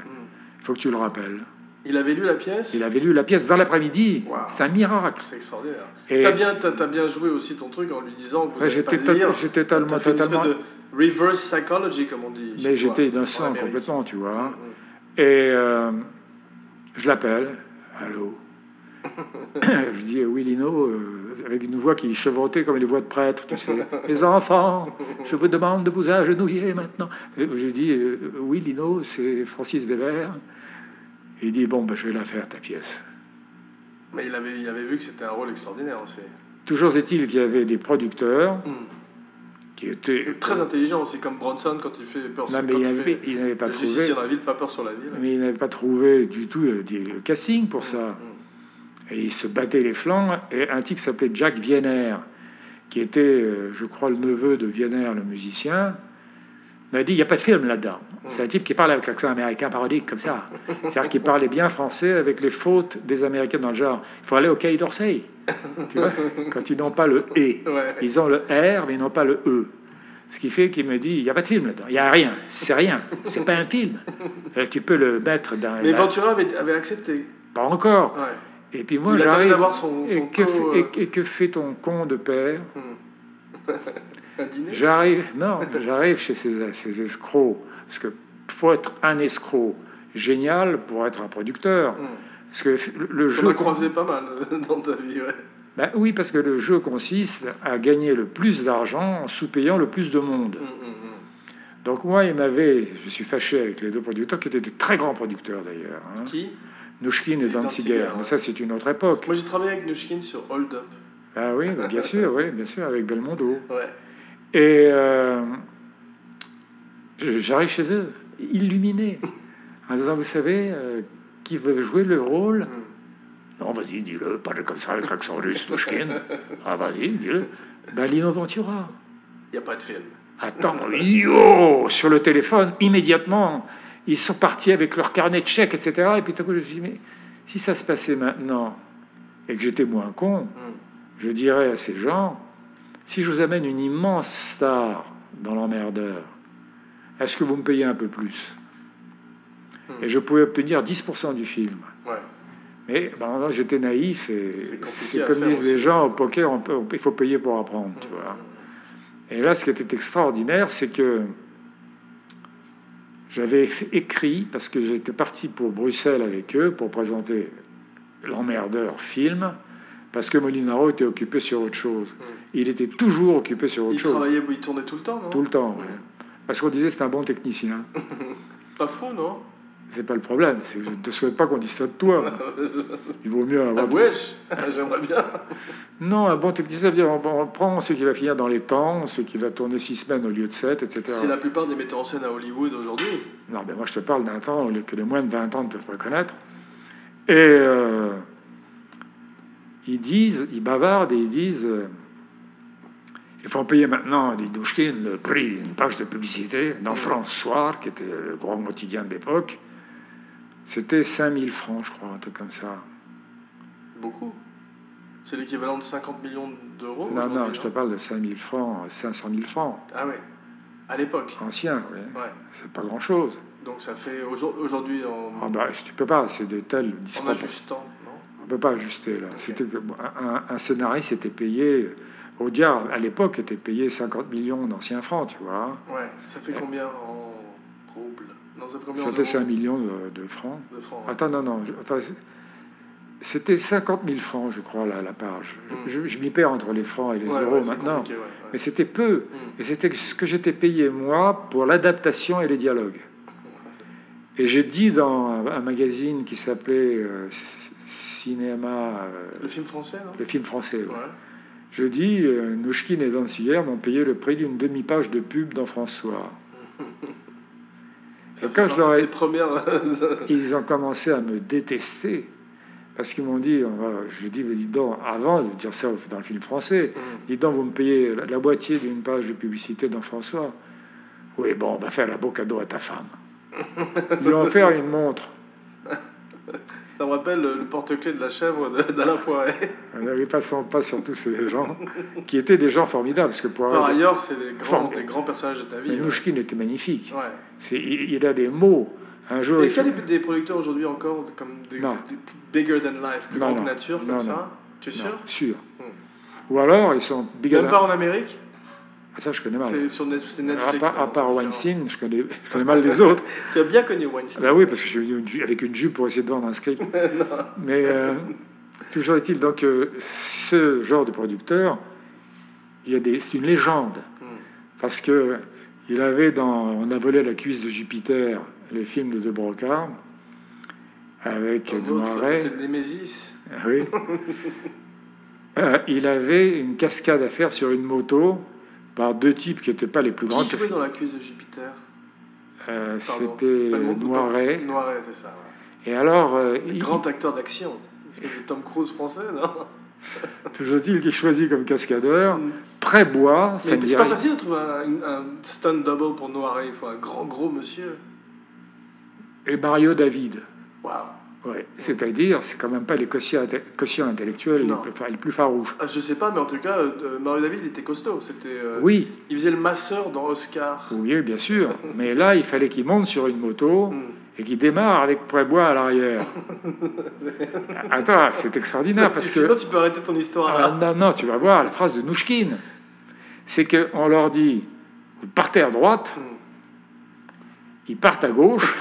Il faut que tu le rappelles.
Il avait lu la pièce
Il avait lu la pièce dans l'après-midi.
Wow.
C'est un miracle.
C'est extraordinaire.
Et-
T'as bien, t'as- t'as bien joué aussi ton truc en lui disant que vous
Ouais,
n'allez pas
j'étais
le
to-
lire.
j'étais totalement-
T'as fait
totalement-
Une espèce de reverse psychology, comme on dit. chez toi,
Mais j'étais
en
innocent
Amérique.
complètement, tu vois.
Mm, mm.
Et euh, je l'appelle.
[laughs]
Allô Je dis, oui, Lino, euh, avec une voix qui chevrotait comme les voix de prêtre,
[laughs]
tu sais. Les enfants, je vous demande de vous agenouiller maintenant. Et je dis, euh, oui, Lino, c'est Francis Weber. Il dit, bon, ben, je vais la faire, ta pièce.
Mais il avait, il avait vu que c'était un rôle extraordinaire aussi.
Toujours est-il qu'il y avait des producteurs
Mm.
qui étaient
Très intelligent aussi, comme Bronson quand il fait peur
Non,
sur
mais
quand
il
il fait
n'avait il n'avait pas
Le
trouvé.
justicier dans la ville, pas peur sur la ville.
Mais il n'avait pas trouvé du tout le, le casting
Mm,
pour ça. Et il se battait les flancs. Et un type qui s'appelait Jack Vienner, qui était, euh, je crois, le neveu de Vienner, le musicien, m'a dit, il n'y a pas de film là-dedans.
Mm.
C'est un type qui parle avec l'accent américain parodique, comme ça. C'est-à-dire qu'il parlait bien français avec les fautes des Américains dans le genre. Il faut aller au Quai d'Orsay, tu
[laughs]
vois, quand ils n'ont pas le « et
Ouais.
Ils ont le « r », mais ils n'ont pas le « e ». Ce qui fait qu'il me dit, il n'y a pas de film là-dedans. Il n'y a rien. C'est rien. C'est pas un film. Euh, tu peux le mettre dans...
Mais
la-
Ventura avait, avait accepté.
Pas encore.
Ouais.
Et puis moi,
Il attendait
j'arrive...
d'avoir son-
et,
son
que,
co,
fait- et- et que fait ton con de père
Un dîner
J'arrive, non, j'arrive chez ces, ces escrocs, parce que faut être un escroc génial pour être un producteur.
Mm.
Parce que le- le
Je
jeu,
as croisé pas mal [laughs] dans ta vie, ouais.
Ben oui, parce que le jeu consiste à gagner le plus d'argent en sous-payant le plus de monde.
Hum, hum, hum.
Donc moi, il m'avait, je suis fâché avec les deux producteurs qui étaient des très grands producteurs d'ailleurs, hein.
Qui
Nouchkine et Danziger.
Danziger, ouais.
Mais ça, c'est une autre époque.
Moi j'ai travaillé avec Nushkin sur Hold Up.
Ah oui, ben bien sûr, oui, bien sûr, avec Belmondo.
Ouais.
Et euh, je- j'arrive chez eux, illuminé, en disant, vous savez, euh, qui veut jouer le rôle Non, vas-y, dis-le, parle comme ça avec l'accent russe, Touchkin. Ah, vas-y, dis-le. Ben, Lino Ventura.
Il a pas de film.
Attends, yo Sur le téléphone, immédiatement, ils sont partis avec leur carnet de chèques, etc. Et puis tout à coup, je me suis dit, mais si ça se passait maintenant, et que j'étais moins con,
Hum.
je dirais à ces gens, si je vous amène une immense star dans l'emmerdeur, est-ce que vous me payez un peu plus
Hmm.
Et je pouvais obtenir 10% du film.
Ouais.
Mais ben, là, j'étais naïf et
C'est compliqué
c'est
à
comme
faire
disent les
aussi.
gens au poker, on peut- on- il faut payer pour apprendre, tu vois. Et là, ce qui était extraordinaire, c'est que j'avais f- écrit, parce que j'étais parti pour Bruxelles avec eux pour présenter l'emmerdeur film, parce que Molinaro était occupé sur autre chose. Il était toujours occupé sur autre
Mm. Il
chose,
travaillait, il tournait tout le temps, non
tout le temps. ouais. Parce qu'on disait c'est un bon technicien.
Pas fou,
[laughs]
non
C'est pas le problème, c'est que je ne te souhaite pas qu'on dise ça
[laughs]
de toi. Il vaut mieux
Ah
avoir
wesh J'aimerais
[laughs]
bien.
Non, un bon technicien, ça veut dire on, on le prend, on sait qu'il va finir dans les temps, on sait qu'il va tourner six semaines au lieu de 7, etc.
C'est la plupart des metteurs en scène à Hollywood aujourd'hui.
Non, mais moi je te parle d'un temps que les moins de 20 ans ne peuvent pas connaître. Et euh, ils disent, ils bavardent et ils disent euh, il faut en payer maintenant, dit Douchkin, le prix d'une page de publicité dans France Soir, qui était le grand quotidien de l'époque. C'était 5000 francs, je crois, un truc comme ça.
Beaucoup. C'est l'équivalent de 50 millions d'euros
Non,
aujourd'hui, hein.
non, je te parle de 5000 francs, 500 000 francs,
Ah ouais. À l'époque.
anciens, oui.
Ouais.
C'est pas grand-chose.
Donc ça fait aujourd- aujourd'hui en,
Ah bah, tu peux pas, c'est de telles
en
disproportions.
ajustant, non
On peut pas ajuster là. C'était que- bon, un, un scénariste était payé, Audiard à l'époque était payé 50 millions d'anciens francs, tu vois.
Ouais. Ça fait combien en roubles Non, ça fait combien
Ça
en
fait Ah,
euros
5 millions de, de francs.
de francs ouais.
Attends, non, non. je- enfin, c'était 50 000 francs, je crois, là, la page.
Mm.
Je, je- je m'y perds entre les francs et les
Ouais,
euros
ouais, c'est
maintenant.
compliqué, ouais, ouais.
Mais c'était peu.
Mm.
Et c'était ce que j'étais payé, moi, pour l'adaptation et les dialogues. Et j'ai dit dans un, un magazine qui s'appelait euh, C- Cinéma, euh,
Le film français, non
le film français. ouais.
Ouais.
Je dis, euh, Nouchkine et Dancière m'ont payé le prix d'une demi-page de pub dans François.
Ça
quand
fait
je
je
leur ai-
des premières.
Ils ont commencé à me détester parce qu'ils m'ont dit, on va- je dis, mais dis donc, avant de dire ça au- dans le film français, dis donc, vous me payez la, la moitié d'une page de publicité dans François. Oui, bon, on va faire un beau cadeau à ta femme. Ils lui ont offert une montre.
[laughs] ça me rappelle le le porte-clés de la chèvre de- [laughs] d'Alain Poiret.
On n'avait pas son pas sur tous ces gens qui étaient des gens formidables parce que pour
Par ailleurs, c'est des grands,
Formé.
des grands personnages de ta vie.
Mais
ouais.
Nouchkine était magnifique.
Ouais.
C'est- Il, il a des mots. Un jour,
Est-ce
il-
qu'il y a des, des producteurs aujourd'hui encore comme des,
Non.
des- bigger than life, plus
Non,
grand que
non.
nature, comme
Non,
ça
non.
Tu es
Non,
sûr
Sûr. Ou alors, ils sont big
Même pas en Amérique
Ah, ça, je connais mal.
C'est sur Net- c'est
À
Netflix.
part, à
non,
part
c'est
Weinstein, je connais, je connais mal les autres.
différent. Tu as bien connu Weinstein.
Bah oui, parce que je suis venu une ju- avec une jupe pour essayer de vendre un
[laughs]
script. Mais euh, toujours est-il, donc, euh, ce genre de producteur, il y a des, c'est une légende.
Hmm.
Parce que il avait dans On a volé la cuisse de Jupiter, les films de De Broca, avec
Comme d'autres,
Noiret.
peut-être Nemesis.
Ah
[laughs]
Oui. Euh, il avait une cascade à faire sur une moto par deux types qui n'étaient pas les plus grands.
Qui jouait dans la cuisse de Jupiter
Euh,
Pardon.
C'était
Pas le monde,
Noiret.
pas- Noiret, c'est ça. ouais.
Et alors, euh, il-
Grand acteur d'action. Tom Cruise français, non
Toujours est-il qu'il choisit comme cascadeur Prébois,
Mais
ça me
c'est pas
dirait-
facile de trouver un, un stunt double pour Noiret. Il faut un grand, gros monsieur.
et Mario David.
Waouh.
Ouais. C'est-à-dire, c'est quand même pas les quotients inte- quotients intellectuels les
Non.
plus, les plus farouches.
Ah, Je sais pas, mais en tout cas, euh, Mario David était costaud. C'était, euh,
Oui,
Il faisait le masseur dans Oscar.
oui, bien
[laughs]
sûr. Mais là, il fallait qu'il monte sur une moto
Mm.
et qu'il démarre avec Prébois à
[laughs]
l'arrière. Attends, c'est
Ça
extraordinaire parce
suffit.
que
Toi, tu peux arrêter ton histoire
Ah,
là.
non, non, tu vas voir, la phrase de Nouchkine, c'est qu'on leur dit, vous partez à droite, ils partent
[laughs]
à gauche,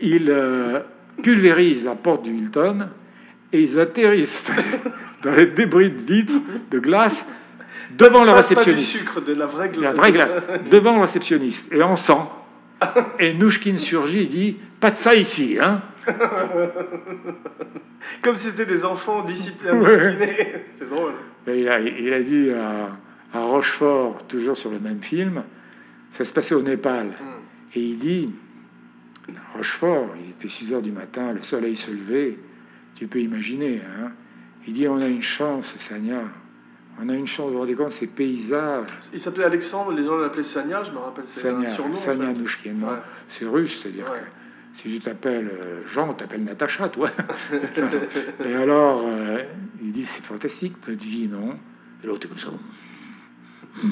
ils euh, pulvérisent la porte du Hilton et ils atterrissent [laughs] dans les débris de vitres, de glace, devant le
Pas- Pas du
réceptionniste.
sucre, de la vraie glace.
La vraie glace, devant le réceptionniste, et en sang. Et Nouchkine surgit et dit, pas de ça ici, hein
Comme si c'était des enfants disciplinés.
[laughs] Ouais.
disciplinés. [laughs] C'est drôle.
Ben, il, a, il a dit à, à Rochefort, toujours sur le même film, ça se passait au Népal.
Hmm.
Et il dit, à Rochefort, il était 6 heures du matin, le soleil se levait, tu peux imaginer. hein. il dit, on a une chance, Sanya. On a une chance, vous vous rendez compte, ces paysages.
Il s'appelait Alexandre, les gens l'appelaient Sania, je me rappelle. C'est un
Sanya,
surnom. en
Sanya
fait.
Nouchkine, non,
Ouais.
c'est russe, c'est-à-dire
Ouais.
que si tu t'appelles euh, Jean, on t'appelle Natacha, toi. et alors, euh, il dit, c'est fantastique, notre vie, non Et l'autre est comme ça. Hmm.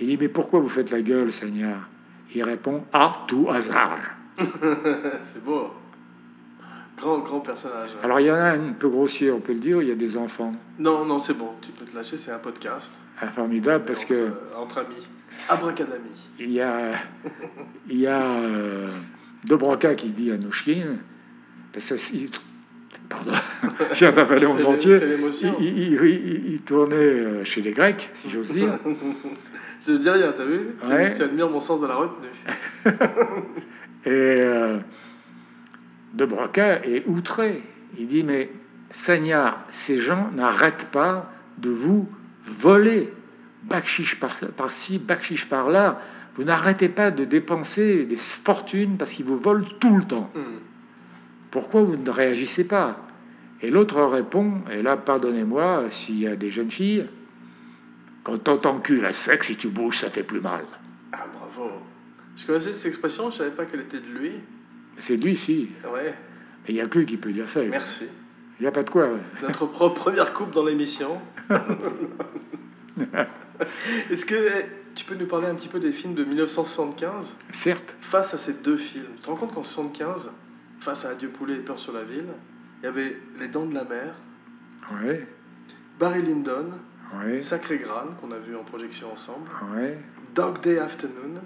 Il dit, mais pourquoi vous faites la gueule, Seigneur Il répond, à tout hasard.
C'est beau. Grand, grand personnage. hein. ouais.
Alors, il y en a un peu grossier, on peut le dire, il y a des enfants.
Non, non, c'est bon. Tu peux te lâcher, c'est un podcast.
Ah, formidable, parce
Entre-
que
euh, Entre
[laughs]
amis. Abracadami.
il y a, il y a euh, De Broca qui dit à Nouchkine, parce que ça, il- pardon, [laughs] je viens d'avaler mon
C'est-
entier,
c'est l'émotion.
il, il- il- il- il tournait euh, chez les Grecs, si j'ose dire,
Je dis rien, t'as vu Tu-
Ouais.
tu, admires mon sens de la retenue.
et euh, De Broca est outré. Il dit, mais Seigneur, ces gens n'arrêtent pas de vous voler, bakchiche par- par-ci, bakchiche par-là, vous n'arrêtez pas de dépenser des fortunes parce qu'ils vous volent tout le temps.
Hmm.
Pourquoi vous ne réagissez pas Et l'autre répond, et là, pardonnez-moi s'il y a des jeunes filles, quand on t'encule à sec, si tu bouges, ça fait plus mal.
Ah, bravo. Je connaissais cette expression, je savais pas qu'elle était de lui.
C'est lui, si.
Ouais,
Mais Il n'y a que lui qui peut dire ça. Il
merci.
n'y a pas de quoi.
Notre pro- première coupe dans l'émission.
[laughs]
Est-ce que eh, tu peux nous parler un petit peu des films de 1975
Certes,
face à ces deux films Tu te rends compte qu'en 75, face à Adieu Poulet et Peur sur la ville, il y avait Les Dents de la Mer,
ouais,
Barry Lyndon,
ouais,
Sacré Graal, qu'on a vu en projection ensemble,
ouais.
Dog Day Afternoon,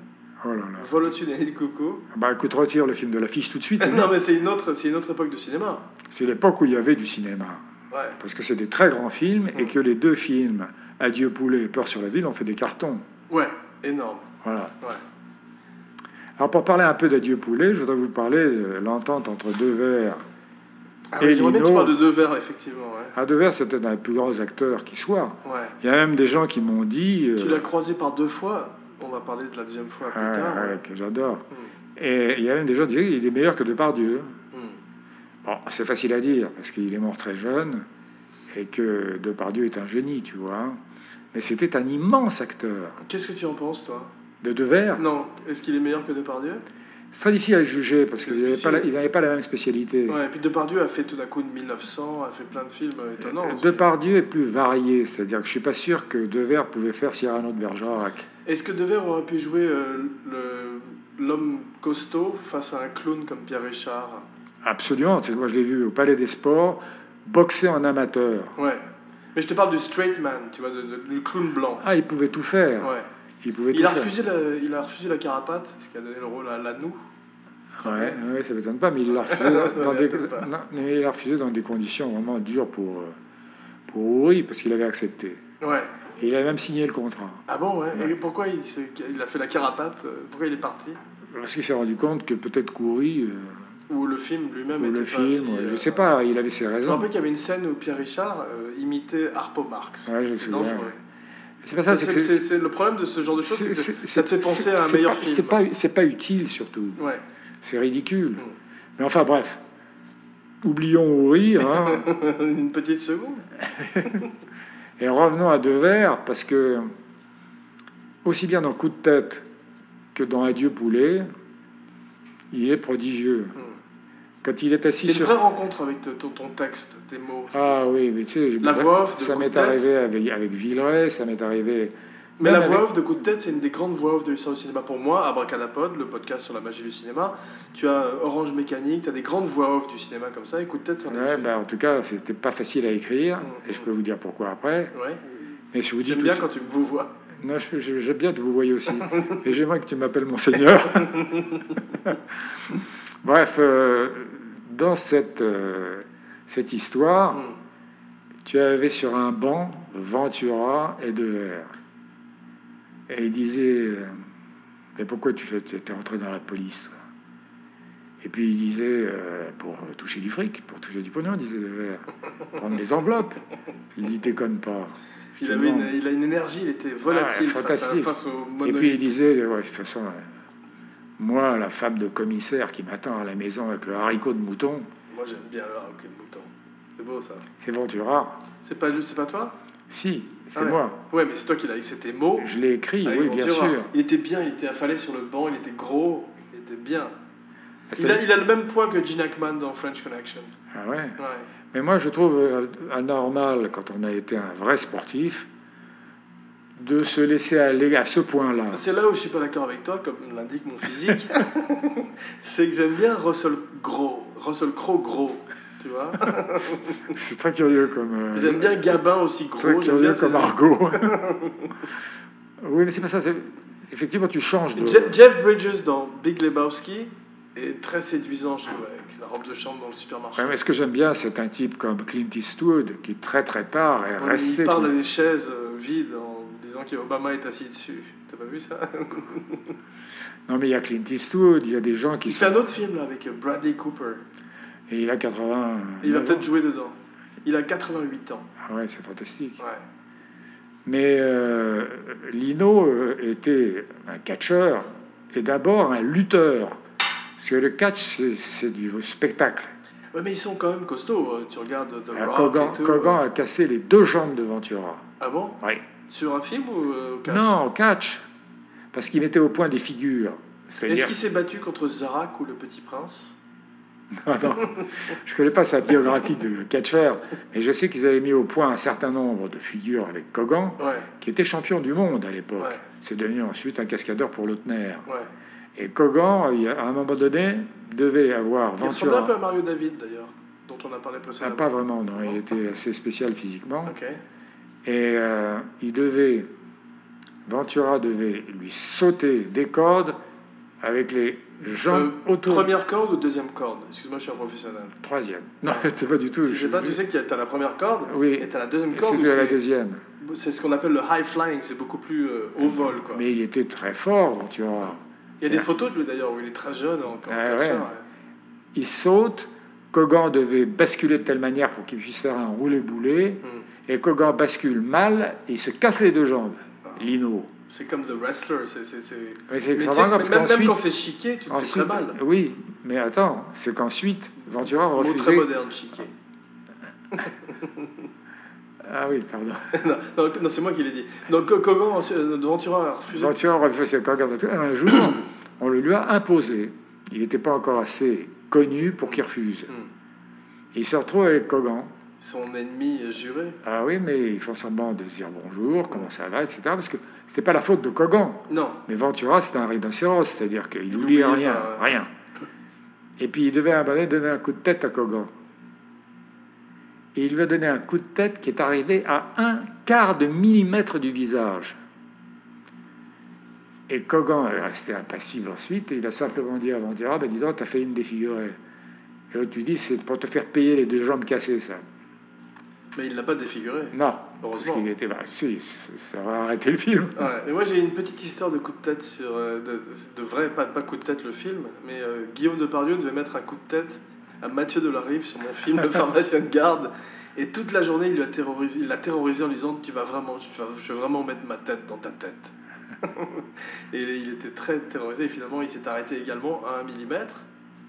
Oh là là.
Vol au-dessus de la nuit de coucou.
Bah écoute, retire le film de l'affiche tout de suite.
[laughs] non, mais c'est une, autre- c'est une autre époque du cinéma.
C'est l'époque où il y avait du cinéma.
Ouais.
Parce que c'est des très grands films et que les deux films, Adieu poulet et Peur sur la ville, ont fait des cartons.
Ouais, énorme.
Voilà.
Ouais.
Alors pour parler un peu d'Adieu poulet, je voudrais vous parler de l'entente entre deux vers
Ah,
Et
oui, J'aimerais bien que tu
Lino.
parles de deux verres, effectivement. Ouais.
Adevers, c'était Ah, un des plus grands acteurs qui soit.
Ouais.
Il y a même des gens qui m'ont dit. euh,
Tu l'as croisé par deux fois. On va parler de la deuxième fois plus
ouais,
tard.
ouais,
ouais. Hmm.
que j'adore. Et il y a même des gens qui disaient qu'il est meilleur que Depardieu.
Mm.
Bon, c'est facile à dire, parce qu'il est mort très jeune, et que Depardieu est un génie, tu vois. hein. Mais c'était un immense acteur.
Qu'est-ce que tu en penses, toi
De Devers,
Non, est-ce qu'il est meilleur que Depardieu
c'est très difficile à juger, parce
C'est
qu'il n'avait
difficile.
pas, la- il n'avait pas la même spécialité.
Ouais, et puis Depardieu a fait tout d'un coup une 1900, a fait plein de films euh,
Euh,
étonnants. aussi.
Depardieu est plus varié, c'est-à-dire que je suis pas sûr que Devers pouvait faire Cyrano de Bergerac.
Est-ce que Dever aurait pu jouer euh, le- l'homme costaud face à un clown comme Pierre Richard
Absolument, tu sais, moi je l'ai vu au Palais des Sports, boxer en amateur.
Ouais. Mais je te parle du straight man, tu vois, de- de- du clown blanc.
Ah, il pouvait tout faire.
Ouais.
Il pouvait
Il
tout
a,
faire.
refusé la, il a refusé la carapate, ce qui a donné le rôle à Lanou.
Ouais, ouais, ça m'étonne pas, mais il
[laughs]
l'a refusé,
Ça
dans des...
m'étonne pas.
non, mais il l'a refusé dans des conditions vraiment dures pour, euh, pour Uri, parce qu'il avait accepté.
Ouais.
Et il avait même signé le contrat.
Ah bon, ouais. Et pourquoi il, s'est- il a fait la carapate euh, Pourquoi il est parti
Parce qu'il s'est rendu compte que peut-être qu'Uri, euh,
Ou le film lui-même
ou
était
le
pas
film,
aussi,
euh,
euh,
je sais pas, il avait ses
Je me
raisons.
rappelle qu'il y avait une scène où Pierre Richard euh, imitait Harpo Marx.
Ouais, je me
c'est
souviens,
dangereux.
ouais. C'est pas ça, c'est
C'est-
que
c'est-
c'est.
c'est le problème de ce genre de choses, c'est que
c'est- c'est-
ça te fait penser à un
c'est
meilleur
pas- C'est
film.
pas, c'est pas utile surtout.
Ouais.
C'est ridicule. Mais enfin bref, oublions Oury,
[laughs]
hein,
[laughs] Une petite seconde.
et revenons à Devers, parce que, aussi bien dans Coup de tête que dans Adieu Poulet, il est prodigieux. Quand il est assis
Mm. C'est une
sur
vraie rencontre avec te- ton, ton texte, tes mots. je
Ah oui, mais tu sais, je-
La voix off de
ça
Coup de
m'est
tête.
arrivé avec, avec Villeray, ça m'est arrivé.
Mais la
Même
voix
avec-
off de Coup de tête, c'est une des grandes voix off de l'histoire du cinéma. Pour moi, Abracadapod, le podcast sur la magie du cinéma, tu as euh, Orange Mécanique, tu as des grandes voix off du cinéma comme ça, et Coup de tête, c'en est
Ouais,
une.
bah, en tout cas, c'était pas facile à écrire,
Mm.
et je peux vous dire pourquoi après.
Ouais.
Mais je vous dis
J'aime
tout
bien
de
quand tu me vous vois.
suite- Non, je- je- j'aime bien que vous voyez aussi. et j'aimerais que tu m'appelles Monseigneur. Bref, euh, dans cette, euh, cette histoire,
Hum.
tu avais sur un banc Ventura et Devers. Et il disait euh, Mais pourquoi tu fais, t'es rentré dans la police toi Et puis il disait euh, Pour toucher du fric, pour toucher du pognon, disait Devers. Prendre des enveloppes. Il dit Déconne pas.
Il, avait une, il a une énergie, il était volatile
Ah,
face, à-
fantastique.
face au
Et
monolithe.
puis il disait Ouais, De toute façon, euh, moi, la femme de commissaire qui m'attend à la maison avec le haricot de mouton,
Moi, j'aime bien le hockey de mouton. C'est beau ça.
c'est Ventura.
C'est pas lui, c'est pas toi
Si, c'est
Ah ouais.
moi.
Ouais, mais c'est toi qui l'as avec tes mots.
Je l'ai écrit,
avec
oui, bien
Ventura.
sûr.
Il était bien, il était affalé sur le banc, il était gros, il était bien. Il
C'est-
a, il a le même poids que Gene Hackman dans French Connection.
Ah ouais
Ouais.
Mais moi, je trouve euh, anormal, quand on a été un vrai sportif, de se laisser aller à ce point-là.
C'est là où je suis pas d'accord avec toi, comme l'indique mon physique. [laughs] c'est que j'aime bien Russell Gros. Russell Crowe gros, tu vois.
C'est très curieux comme... euh,
J'aime bien Gabin aussi
Très
gros. J'aime
curieux
bien
comme
ces- [laughs]
argot. oui, mais c'est pas ça. c'est- Effectivement, tu changes de...
Je- Jeff Bridges dans Big Lebowski est très séduisant, je trouve, avec la robe de chambre dans le supermarché.
Ouais, mais ce que j'aime bien, c'est un type comme Clint Eastwood, qui très très tard est
On
resté...
il parle des chaises euh, vides en disant qu'Obama est assis dessus. T'as pas vu ça
Non, mais il y a Clint Eastwood, il y a des gens qui
Il
sont...
fait un autre film là, avec euh, Bradley Cooper.
Et il a 80...
Et il va peut-être jouer dedans. Il a 88 ans.
Ah ouais, c'est fantastique.
Ouais.
Mais euh, Lino euh, était un catcheur et d'abord un lutteur. Parce que le catch, c'est- c'est du spectacle.
Ouais, mais ils sont quand même costauds. euh, Tu regardes The
Alors,
Rock
Kogan,
et tout.
Kogan a cassé les deux jambes de Ventura.
Ah bon Sur un film ou euh, au catch
Non, au catch. Parce qu'il mettait au point des figures.
Est-ce
C'est-à-dire,
qu'il s'est battu contre Zarak ou le Petit Prince
je ne connais pas sa biographie de catcheur, mais je sais qu'ils avaient mis au point un certain nombre de figures avec Kogan,
Ouais,
qui était champion du monde à l'époque.
Ouais.
C'est devenu ensuite un cascadeur pour l'Otner.
ouais.
Et Kogan, il y a- à un moment donné, devait avoir
Il ressemble un peu
Ventura.
à Mario David d'ailleurs, dont on a parlé
Ah,
précédemment.
pas vraiment, non. Il était assez spécial physiquement.
Ok.
Et euh, il devait, Ventura devait lui sauter des cordes avec les jambes
Euh,
autour.
Première corde ou deuxième corde Excuse-moi, je suis un professionnel.
Troisième. Non, [laughs] c'est pas du tout.
Tu sais pas, tu sais que t'as la première corde
Oui.
et t'as la deuxième
Et
corde. où
C'était la
c'est-
deuxième.
C'est ce qu'on appelle le high flying, c'est beaucoup plus euh, au vol. Quoi.
Mais il était très fort, Ventura.
il y a des photos de lui d'ailleurs où il est très jeune encore.
Ah, ouais. Il saute. Kogan devait basculer de telle manière pour qu'il puisse faire un roulé-boulé.
Hmm.
Et Kogan bascule mal. Il se casse les deux jambes. Lino.
C'est comme The Wrestler. c'est- c'est- c'est-
Mais
Mais
c'est
tu sais,
extraordinaire parce
même, même
qu'ensuite-
quand c'est chiqué, tu te fais
Ensuite, euh,
très mal.
Oui, mais attends, c'est qu'ensuite, Ventura
Mot très
refusait.
moderne, chiqué.
Ah oui, pardon.
non, non, non, c'est moi qui l'ai dit. Donc Co- Kogan, euh, Ventura a refusé.
Ventura refusait qu'on regarde tout. Un jour, on le lui a imposé. Il n'était pas encore assez connu pour qu'il refuse.
Hmm.
Il se retrouve avec Kogan.
Son ennemi juré.
Ah oui, mais ils font semblant de se dire bonjour, comment ça va, etc. Parce que c'était pas la faute de Kogan.
Non.
Mais Ventura, c'était un rhinocéros, c'est-à-dire qu'il
oubliait
n'oubliait rien,
pas, ouais.
rien. Et puis il devait à un moment donné donner un coup de tête à Kogan. Et il lui a donné un coup de tête qui est arrivé à un quart de millimètre du visage. Et Kogan est resté impassible ensuite, et il a simplement dit à Ventura, ben dis donc, t'as fait une défigurée. Et l'autre lui dit, c'est pour te faire payer les deux jambes cassées, ça.
Mais il l'a pas défiguré.
Non, parce
Heureusement.
qu'il était, bah, si, ça va arrêter le film.
Ouais, mais moi j'ai une petite histoire de coup de tête sur euh, de, de vrai pas, pas coup de tête le film mais euh, Guillaume Depardieu devait mettre un coup de tête à Mathieu Delarive sur mon film Le pharmacien de garde et toute la journée il lui a terrorisé il l'a terrorisé en lui disant tu vas vraiment tu vas- je vais vraiment mettre ma tête dans ta tête [laughs] et il était très terrorisé et finalement il s'est arrêté également à 1 mm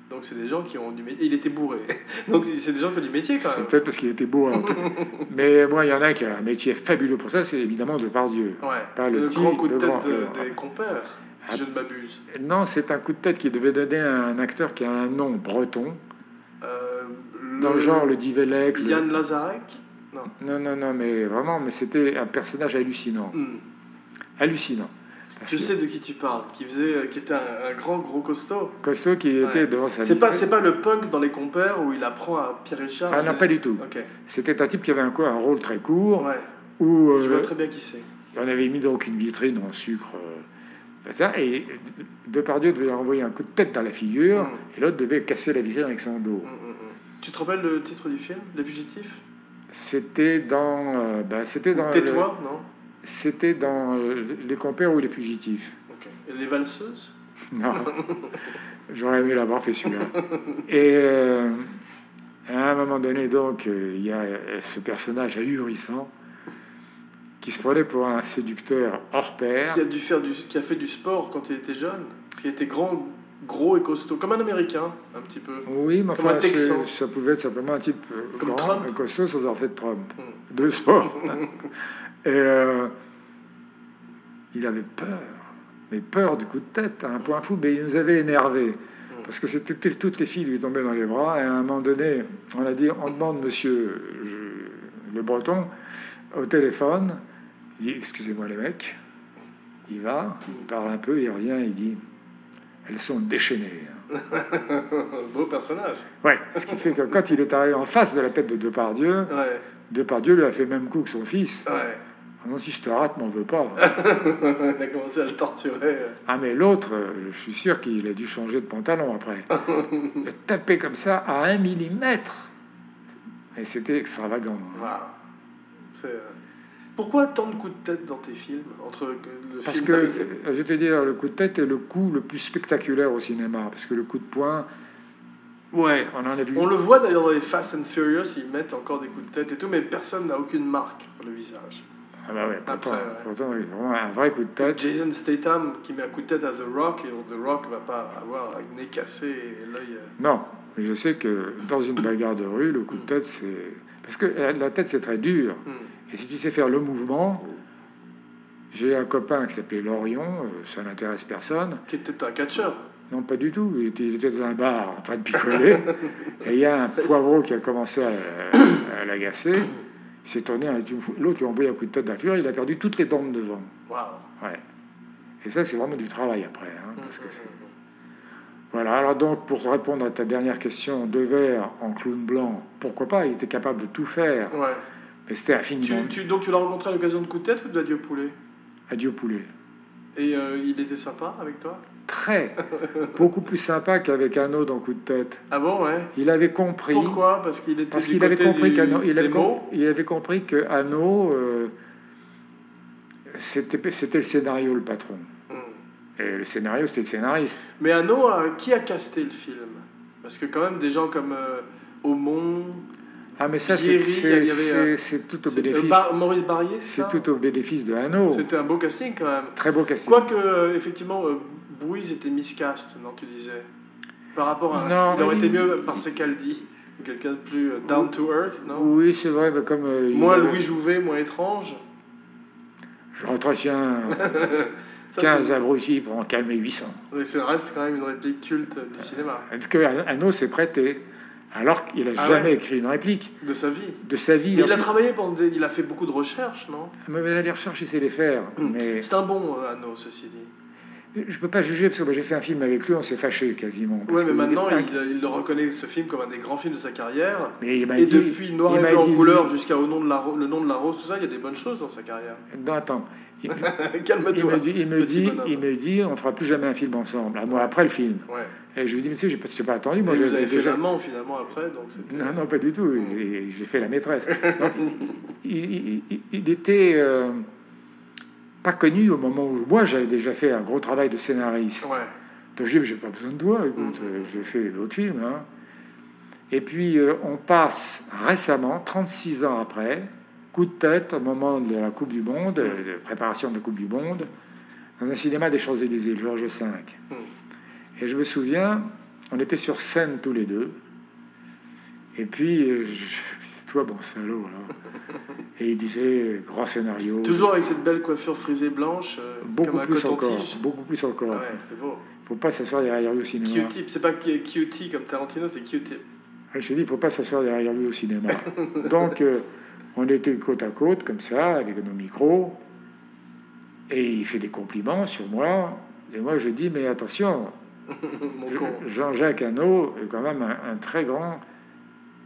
Donc c'est des gens qui ont du métier. Il était bourré. [laughs] Donc c'est des gens qui ont du métier quand
C'est
même.
peut-être parce qu'il était beau. hein.
[laughs]
Mais moi, il y en a qui a un métier fabuleux pour ça, c'est évidemment Depardieu.
Ouais.
Pas
le,
le petit,
grand coup de
le
tête
grand,
de-
le grand.
des compères, si
Ah.
je ne m'abuse.
Non, c'est un coup de tête qu'il devait donner à un acteur qui a un nom breton,
Euh,
dans le genre le Divelec. le-
Yann Lazarek Non.
Non, non, non, mais vraiment, mais c'était un personnage hallucinant.
Hmm.
Hallucinant. Parce
Je
que
sais de qui tu parles, qui, faisait, euh, qui était un, un grand gros costaud.
Cosso qui était
Ouais.
devant sa
C'est pas,
vitrine.
c'est pas le punk dans les compères où il apprend à Pierre Richard.
Ah non,
mais-
pas du tout.
Ok.
C'était un type qui avait un, quoi, un rôle très court,
Ouais.
où
Je
euh,
vois très bien qui c'est.
on avait mis donc une vitrine en sucre. euh, ben ça, et Depardieu devait leur envoyer un coup de tête dans la figure,
Mm.
et l'autre devait casser la vitrine avec son dos.
Hmm, hmm, hmm. Tu te rappelles le titre du film Les Fugitifs
C'était dans, euh, ben, c'était dans, le-
Tais-toi, non
c'était dans euh, les compères ou les fugitifs. [laughs]
Ok. Et Les Valseuses [laughs]
Non. J'aurais aimé l'avoir fait celui-là. Et euh, à un moment donné, donc, euh, il y a euh, ce personnage ahurissant qui se prenait pour un séducteur hors pair.
qui a, dû faire du, qui a fait du sport quand il était jeune. Qui était grand, gros et costaud. Comme un Américain, un petit peu. [laughs]
Oui, mais
Comme
enfin,
un
c'est-
Texan.
ça pouvait être simplement un type euh,
Comme
grand,
Trump.
euh, costaud, sans avoir fait de Trump.
Mm.
De sport. [laughs] Et euh, il avait peur, mais peur du coup de tête, à un point fou, mais il nous avait énervés.
Mm.
Parce que c'était toutes les filles lui tombaient dans les bras, et à un moment donné, on a dit on demande monsieur je- le breton au téléphone. Il dit excusez-moi les mecs. Il va, il parle un peu, il revient, il dit elles sont déchaînées.
Beau personnage.
Ouais, ce qui fait que quand il est arrivé en face de la tête de Depardieu,
Ouais.
Depardieu lui a fait le même coup que son fils.
Ouais. [laughs]
Ah non, si je te rate, m'en veux pas.
On a commencé à le torturer.
Ah, mais l'autre, euh, je suis sûr qu'il a dû changer de
[laughs]
pantalon après. Le taper comme ça à un millimètre. Et c'était extravagant.
Waouh. C'est, euh, Pourquoi tant de coups de tête dans tes films entre que le
Parce
film
que,
d'Alexandre-
euh, je vais te dire, le coup de tête est le coup le plus spectaculaire au cinéma. Parce que le coup de poing, ouais, on en a vu.
On le voit d'ailleurs dans les Fast and Furious, ils mettent encore des coups de tête et tout, mais personne n'a aucune marque sur le visage.
Ah bah ouais, pourtant,
Après, ouais.
pourtant, oui, vraiment un vrai coup de tête.
Jason Statham qui met un coup de tête à The Rock et The Rock va pas avoir un nez cassé et l'œil. euh,
Non, mais je sais que dans une bagarre de rue, le coup de tête, c'est. Parce que la la tête, c'est très dur.
hmm.
Et si tu sais faire le mouvement, j'ai un copain qui s'appelait Lorion, euh, ça n'intéresse personne.
Qui était un catcheur.
Non, pas du tout. Il était, il était dans un bar en train de picoler. et il y a un poivreau qui a commencé à, à l'agacer. Il s'est tourné, il a dit, l'autre lui a envoyé un coup de tête d'influence, il a perdu toutes les dents de devant. [laughs]
Waouh.
Ouais. Et ça, c'est vraiment du travail après. hein, parce que
Hmm,
c'est-
hmm, hmm.
voilà, alors donc pour répondre à ta dernière question, De Verre en clown blanc, pourquoi pas Il était capable de tout faire,
Ouais.
mais c'était infiniment
Tu, tu- donc tu l'as rencontré à l'occasion de coups de tête ou d'adieu poulet
adieu poulet.
Et euh, il était sympa avec toi
Très, beaucoup plus sympa qu'avec Hano dans Coup de tête.
Ah bon, ouais.
Il avait compris,
Pourquoi Parce qu'il était
parce
du
qu'il avait
côté
compris
du-
qu'Hano, il, avait
des
com-
mots
il avait compris que Hano, euh, c'était c'était le scénario le patron.
Hmm.
Et le scénario, c'était le scénariste.
Mais Anno, euh, qui a casté le film Parce que quand même des gens comme euh, Aumont,
Ah, mais ça, c'est
Thierry, il
c'est-
y avait, euh,
c'est- c'est tout au
c'est- euh,
bénéfice.
Bar- Maurice Barrier, c'est
C'est
ça
tout au bénéfice de Hano.
C'était un beau casting quand même.
Très beau casting.
Quoique, euh, effectivement, euh, Bouise était miscast, non, tu disais Par rapport à...
Non,
il aurait
oui.
été mieux par Secaldi, ou quelqu'un de plus euh, down to earth, non
Oui, c'est vrai, mais comme. euh, il-
Moins Louis Jouvet, moins étrange. [laughs]
J'entretiens
Ça,
15 abrutis pour en calmer 800.
c'est- Mais ça reste quand même une réplique culte du cinéma,
Parce que Hano s'est prêté, alors qu'il n'a
Ah
jamais
ouais.
écrit une réplique
de sa vie.
de sa vie.
Mais il a
Ensuite,
travaillé pendant des- Il a fait beaucoup de recherches, non
Mais vous allez rechercher, c'est les faire.
Mm.
Mais
C'est un bon euh, Anno, ceci dit.
je ne peux pas juger, parce que moi, j'ai fait un film avec lui, on s'est fâché quasiment. parce
Ouais, mais
que-
maintenant,
Ah,
il, il le reconnaît ce film comme un des grands films de sa carrière.
mais il m'a
Et
dit-
depuis Noir
il
et
m'a
Blanc en
dit-
couleur jusqu'à au nom de la, Ro- le nom de la rose, tout ça, il y a des bonnes choses dans sa carrière. [laughs]
Non, attends. Il, il
Calme-toi.
me dit, il me
petit
dit,
bonhomme.
il me dit, on fera plus jamais un film ensemble. Un mois après le film.
Ouais.
Et je lui dis, mais tu sais, j'ai pas- je t'ai pas attendu. Moi,
Et vous
j'avais
avez fait
déjà-
l'amant finalement après, donc c'était-
Non, non, pas du tout. Il- il- J'ai fait la maîtresse. Non, il, il- il- il était euh, pas connu au moment où moi j'avais déjà fait un gros travail de scénariste.
Ouais.
Donc j'ai dit, j'ai pas besoin de toi, écoute,
Mm.
euh, j'ai fait d'autres films. hein. Et puis euh, on passe récemment, 36 ans après, coup de tête au moment de la Coupe du
Mm.
Monde, euh, de préparation de la Coupe du Monde, dans un cinéma des Champs-Élysées, Georges V.
Mm.
Et je me souviens, On était sur scène tous les deux. Et puis, euh, je- toi, bon salaud, là. Et il disait, grand scénario.
Toujours avec cette belle coiffure frisée blanche, euh,
beaucoup
comme un
plus encore.
coton-tige.
Beaucoup plus encore.
Ah ouais, c'est beau.
Faut pas s'asseoir derrière lui au cinéma.
Q-tip, c'est pas Q- Q-tip comme Tarantino, c'est Q-tip. [laughs]
Ah, J'ai dit, il faut pas s'asseoir derrière lui au cinéma. Donc, euh, on était côte à côte, comme ça, avec nos micros. Et il fait des compliments sur moi. Et moi, je dis, mais attention,
Mon
Je-
con.
Jean-Jacques Hano est quand même un, un très grand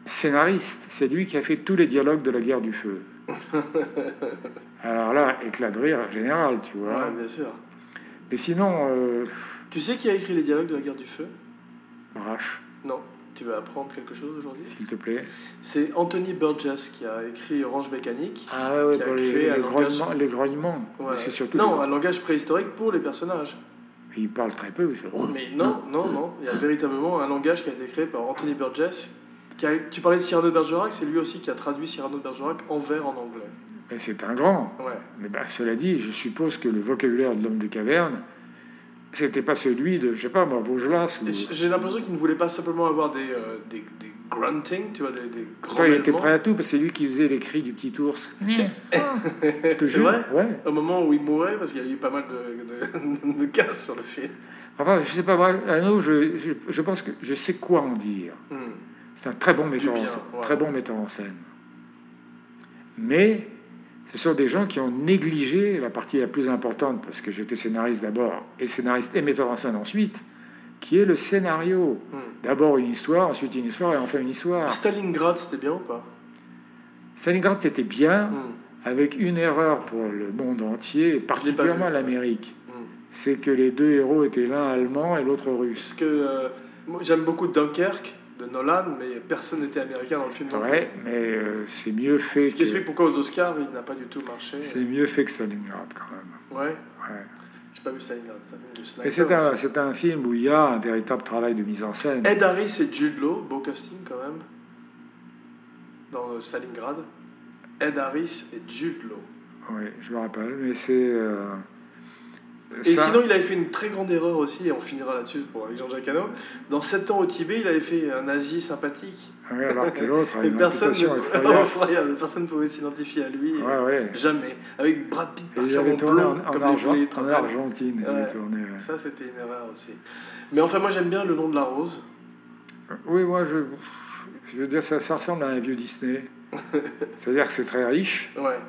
scénariste. C'est lui qui a fait tous les dialogues de la guerre
[laughs]
du feu. Alors là, éclat de rire général, tu vois.
Ouais, bien sûr.
Mais sinon, euh,
Tu sais qui a écrit les dialogues de la guerre du feu
Brache,
Non. Tu veux apprendre quelque chose aujourd'hui
s'il te plaît.
C'est Anthony Burgess qui a écrit Orange Mécanique.
Ah ouais, ouais,
Qui a
pour les,
créé un
les
langage-
grognements. les grognements. Mais
Ouais.
C'est surtout.
non,
les-
un langage préhistorique pour les personnages.
Il parle très peu. il fait- oh,
Mais non, non, non. Il y a véritablement un langage qui a été créé par Anthony Burgess. qui a- Tu parlais de Cyrano de Bergerac, c'est lui aussi qui a traduit Cyrano de Bergerac en vers en anglais.
Mais Ben, C'est un grand.
Ouais.
Mais ben, cela dit, je suppose que le vocabulaire de l'homme de caverne, c'était pas celui de, je sais pas, moi, Vaugelas. Ou...
Et J'ai l'impression qu'il ne voulait pas simplement avoir des, euh, des, des grunting, tu vois, des, des
Toi, il était
grommellements.
prêt à tout, parce que c'est lui qui faisait les cris du petit ours. Je te
C'est
jure.
vrai
ouais.
Au moment où il mourait, parce qu'il y a eu pas mal de, de, [laughs] de casses sur le film.
Enfin, je sais pas, moi, Hano, je, je, je pense que je sais quoi en dire.
Hmm.
C'est un très bon metteur,
bien,
en, scène,
ouais.
très bon metteur en scène. Mais ce sont des gens qui ont négligé la partie la plus importante, parce que j'étais scénariste d'abord, et scénariste et metteur en scène ensuite, qui est le scénario.
Hmm.
D'abord une histoire, ensuite une histoire, et enfin une histoire.
Stalingrad, c'était bien ou pas
Stalingrad, c'était bien,
Hmm.
avec une erreur pour le monde entier, et particulièrement
vu.
l'Amérique.
Hmm.
C'est que les deux héros étaient l'un allemand et l'autre russe.
Parce que euh, moi, j'aime beaucoup Dunkerque de Nolan, mais personne n'était américain dans le film.
Ouais, mais euh, c'est mieux fait
Ce qui
que
explique pourquoi aux Oscars, il n'a pas du tout marché.
c'est mieux fait que Stalingrad quand même.
Ouais,
Ouais.
j'ai pas vu Stalingrad, c'est un film de sniper.
Et c'est un,
aussi.
c'est un film où il y a un véritable travail de mise en scène.
Ed Harris et Jude Law, beau casting quand même, dans euh, Stalingrad. Ed Harris et Jude Law.
Oui, je me rappelle, mais c'est euh,
Et
ça-
sinon, il avait fait une très grande erreur aussi, et on finira là-dessus pour avec Jean-Jacques Hano. Dans 7 ans au Tibet, il avait fait un nazi sympathique.
Ouais, alors que
[laughs]
l'autre a
Et
une
personne
réputation
ne... [laughs]
effroyable.
Effroyable, Personne ne pouvait s'identifier à lui.
Ouais, ouais.
Jamais. Avec Brad Pitt,
Et
par
il avait tourné en,
blond,
en
comme
Argent-
les blés,
en
travaillent.
Argentine. il avait
Ouais.
tourné, ouais.
Ça, c'était une erreur aussi. Mais enfin, moi, j'aime bien le nom de la rose.
Oui, moi, je, je veux dire, ça, ça ressemble à un
[laughs]
vieux Disney. C'est-à-dire que c'est très riche.
Ouais.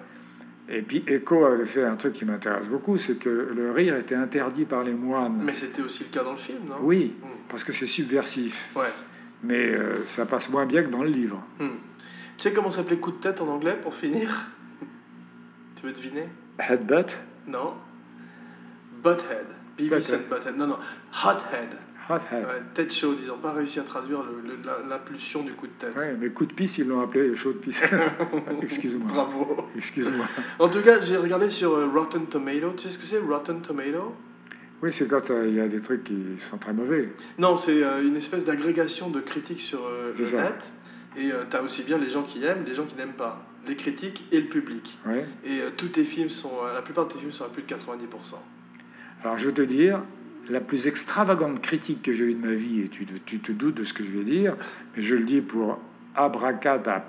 Et puis, Echo avait fait un truc qui m'intéresse beaucoup, c'est que le rire était interdit par les moines.
Mais c'était aussi le cas dans le film, non
Oui,
Mm.
parce que c'est subversif.
Ouais.
Mais euh, ça passe moins bien que dans le livre.
Hmm. Tu sais comment s'appelait coup de tête en anglais pour finir [laughs] Tu veux deviner
Headbutt,
Non. Butthead. Beavis
Butthead.
and Butthead. Non, non. Hothead.
hothead.
Ouais, tête chaude. Ils n'ont pas réussi à traduire le- le- la- l'impulsion du coup de tête.
Ouais, mais coup de pisse, ils l'ont appelé chaud
[laughs]
de pisse. Excuse-moi.
Bravo.
Excuse-moi.
En tout cas, j'ai regardé sur euh, Rotten Tomato. Tu sais ce que c'est Rotten Tomato
Oui, c'est quand euh, il y a des trucs qui sont très mauvais.
Non, c'est euh, une espèce d'agrégation de critiques sur euh,
C'est
le
ça.
net. Et tu t'as aussi bien les gens qui aiment, les gens qui n'aiment pas, les critiques et le public.
Ouais.
Et euh, tous tes films sont, euh, la plupart de tes films sont à plus de 90%.
Alors, je vais te dire, la plus extravagante critique que j'ai eue de ma vie, et tu te, tu te doutes de ce que je vais dire, mais je le dis pour abracada.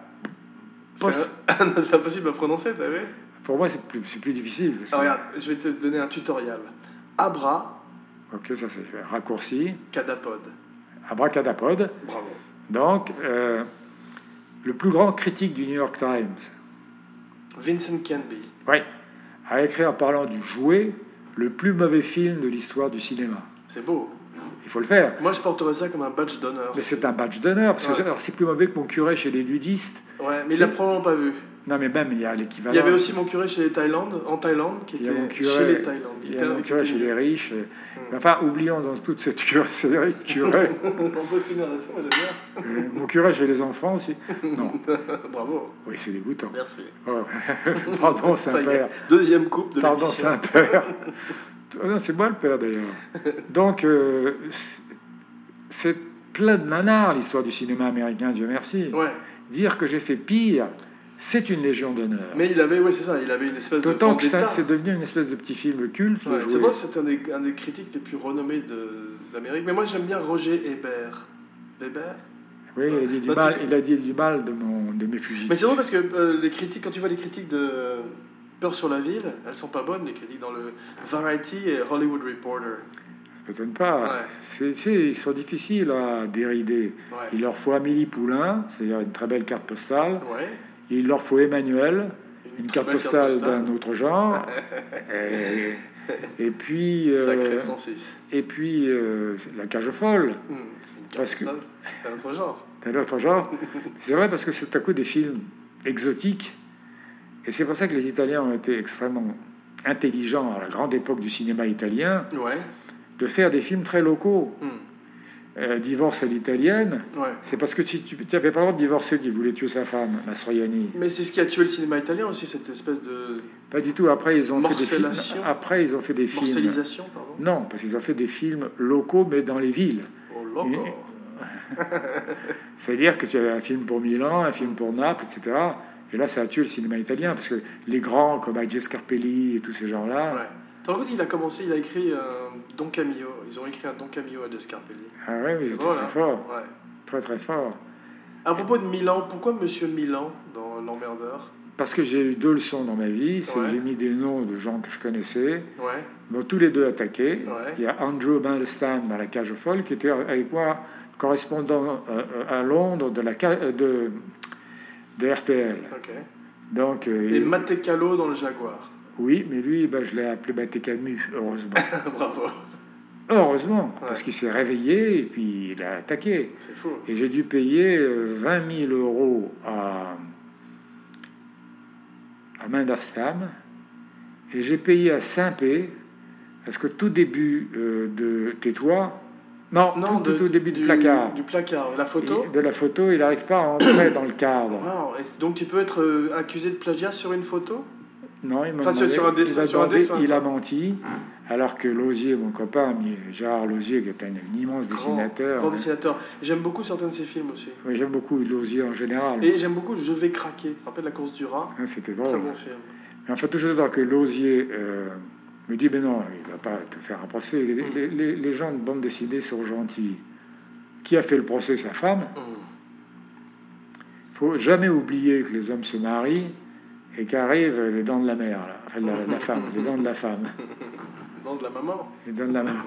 C'est un- [laughs] c'est impossible à prononcer, t'as vu
Pour moi, c'est plus, c'est plus difficile. parce que-
Alors, Ah, Regarde, je vais te donner un tutoriel. Abra
Ok, ça c'est raccourci.
cadapode.
Abracadapod.
Bravo.
Donc, euh, le plus grand critique du New York Times
Vincent Canby.
ouais, a écrit en parlant du jouet le plus mauvais film de l'histoire du cinéma.
C'est beau.
Il faut le faire.
Moi, je porterais ça comme un badge d'honneur.
Mais c'est un badge d'honneur, parce que
Ouais.
alors, c'est plus mauvais que mon curé chez les nudistes.
Ouais, mais il l'a probablement pas vu.
Non, mais même, il y a l'équivalent.
Il y avait aussi mon curé chez les Thaïlandes, en Thaïlande, qui
Bah Il y a
était
mon curé,
chez les Thaïlandes.
Il y
était-
a mon curé
était Hmm.
chez
nul.
les riches. et- Enfin, oublions dans toute cette cure- série de
[laughs]
curés.
[laughs] On peut finir là-dessus, moi j'aime
Euh, mon curé chez les enfants aussi. Non,
bien. Bravo,
oui, c'est dégoûtant.
merci. [laughs]
Oh. Pardon,
Ça y
Saint-Père.
est, deuxième coupe de
Pardon,
l'émission.
Saint-Père. Oh non, c'est moi le père d'ailleurs. Donc, euh, c'est- c'est plein de nanars l'histoire du cinéma américain, Dieu merci.
Ouais,
Dire que j'ai fait pire, c'est une légion d'honneur.
Mais il avait, ouais, c'est ça, il avait une espèce de
D'autant que ça-
vendetta.
c'est devenu une espèce de petit film culte.
Ouais,
joué-
c'est vrai, c'est un des, un des critiques les plus renommés de- d'Amérique. Mais moi, j'aime bien Roger Hébert. Hébert
Oui, il a dit du
Bah,
mal,
tu-
il a dit du mal de, mon, de mes fugitifs.
Mais c'est drôle parce que euh, les critiques, quand tu vois les critiques de Peur sur la ville, elles sont pas bonnes, les critiques dans le Variety et Hollywood Reporter.
Ça m'étonne pas.
Ouais.
C'est- c'est- ils sont difficiles à dérider.
Ouais.
Il leur faut Amélie Poulain, c'est-à-dire une très belle carte postale.
Ouais.
Il leur faut Emmanuel, une,
très
carte
belle
postale d'un
[laughs]
autre genre. et, et puis, euh,
Sacré Francis.
et puis euh, la cage folle
Hum, Une carte
parce que-
postale d'un autre genre.
d'un autre genre. c'est vrai parce que c'est à coup des films exotiques. Et c'est pour ça que les Italiens ont été extrêmement intelligents à la grande époque du cinéma italien
Ouais.
de faire des films très locaux.
Hum,
Euh, Divorce à l'italienne,
Ouais.
c'est parce que si tu n'avais pas le droit de divorcer qu'il voulait tuer sa femme, Mastroianni.
Mais c'est ce qui a tué le cinéma italien aussi, cette espèce de
Pas du tout. Après, ils ont fait des films.
Morcellation.
Après, ils ont fait des films. Mm.
morcelisation, pardon.
Non, parce qu'ils ont fait des films locaux, mais dans les villes.
Oh là là.
Une- C'est-à-dire que tu avais un film pour Milan, un film pour Naples, etc. Et là, ça a tué le cinéma italien, parce que les grands, comme Agnes Scarpelli et tous ces gens-là,
Ouais. T'en compte, il a commencé, il a écrit un Don Camillo. Ils ont écrit un Don Camillo à Descarpelli.
ah ouais, ils
C'est
étaient
drôle,
très
hein.
forts,
Ouais.
très très forts.
À propos de Milan, pourquoi Monsieur Milan dans L'Emmerdeur
Parce que j'ai eu deux leçons dans ma vie, c'est
Ouais.
que j'ai mis des noms de gens que je connaissais,
Ouais.
ils m'ont tous les deux attaqué.
Ouais.
Il y a Andrew Bindelstam dans la cage folle, qui était avec moi correspondant euh, euh, à Londres de la ca- euh, de, de RTL.
Ok.
Donc, euh,
Et
il-
Matt Calo dans le Jaguar. [laughs]
oui, mais lui, ben, je l'ai appelé Baté Camus, heureusement.
Bravo.
Heureusement, parce
Ouais.
qu'il s'est réveillé et puis il a attaqué.
C'est fou.
Et j'ai dû payer euh, 20 000 euros à, à Mindastam. Et j'ai payé à Saint-Pé, parce que tout début euh, de Tais-toi, non, tout,
de-
tout début du,
du
placard,
Du placard. La photo
et de la photo, il n'arrive pas à entrer dans le cadre.
Wow. Et donc tu peux être euh, accusé de plagiat sur une photo
Non, il m'a
Enfin, sur-
demandé-
sur un
il
dessin-
m'a
sur un
demandé-
dessin, Hein.
il a menti, alors que Lozier, mon copain, mais Gérard Lozier, qui est un, un immense dessinateur,
Grand
hein.
dessinateur. J'aime beaucoup certains de ses films aussi.
Mais j'aime beaucoup Lozier en général.
Et j'aime beaucoup Je vais craquer. Tu te rappelles la course du rat
Hein, C'était
Très
drôle.
bon film.
Mais en fait, toujours dans que Lozier euh, me dit, mais non, il va pas te faire un procès. Les,
Mm.
les- les- les gens de bande dessinée sont gentils. Qui a fait le procès Sa femme.
Hum.
faut jamais oublier que les hommes se marient et qu'arrivent les dents de la mère, là. Enfin, de la, de la femme, les dents de la femme.
Non, de la maman.
Les dents de
[laughs]
la mère.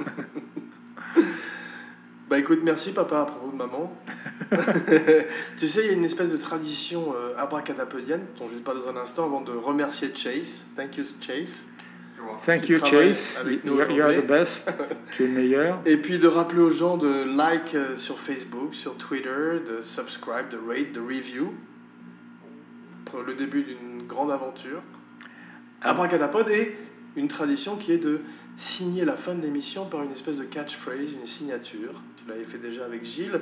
Bah écoute, merci papa à propos de
[laughs]
maman. [laughs] tu sais, il y a une espèce de tradition euh, abracadapodienne dont je vais te parler dans un instant avant de remercier Chase. Thank you Chase.
Thank
Qui
you,
travaille
Chase.
avec nous
You- you are
aujourd'hui.
the best. tu es le meilleur.
Et puis de rappeler aux gens de like euh, sur Facebook, sur Twitter, de subscribe, de rate, de review. Pour le début d'une grande aventure. Abracadapod est une tradition qui est de signer la fin de l'émission par une espèce de catchphrase, une signature. Tu l'avais fait déjà avec Gilles,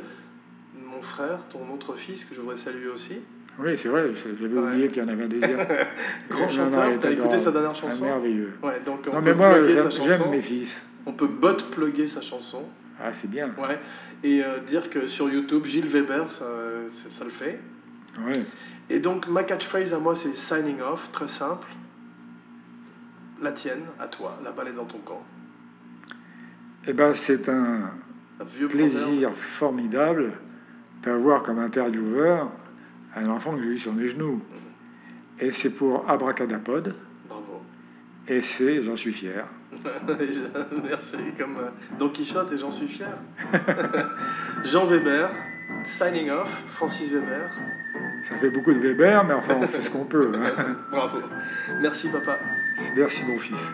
mon frère, ton autre fils que je voudrais saluer aussi.
Oui, c'est vrai, j'avais
Ouais.
oublié qu'il y en avait un deuxième.
[laughs] Grand
Non, non,
chanteur,
il est
t'as écouté
adorable.
sa dernière
Ah,
chanson
Merveilleux.
Ouais, donc on
non,
peut
mais moi,
plugger sa
j'aime-
chanson.
j'aime mes fils.
On peut bot-plugger sa chanson.
Ah, c'est bien.
Ouais. Et euh, dire que sur YouTube, Gilles Weber, ça, euh, ça, ça le fait.
Ouais.
Et donc, ma catchphrase à moi, c'est signing off, très simple. La tienne, à toi, la balle est dans ton camp.
Eh ben, c'est un
Un vieux proverbe.
plaisir formidable d'avoir comme intervieweur un enfant que j'ai eu sur mes genoux. Et c'est pour Abracadapod,
Bravo. [laughs]
et c'est, j'en suis fier.
Et je- Merci. Comme euh, Don Quichotte, et j'en suis fier. [laughs] Jean Weber, signing off, Francis Weber.
Ça fait beaucoup de Weber, mais enfin, on fait ce qu'on peut. hein.
Bravo. Merci, papa.
Merci, mon fils.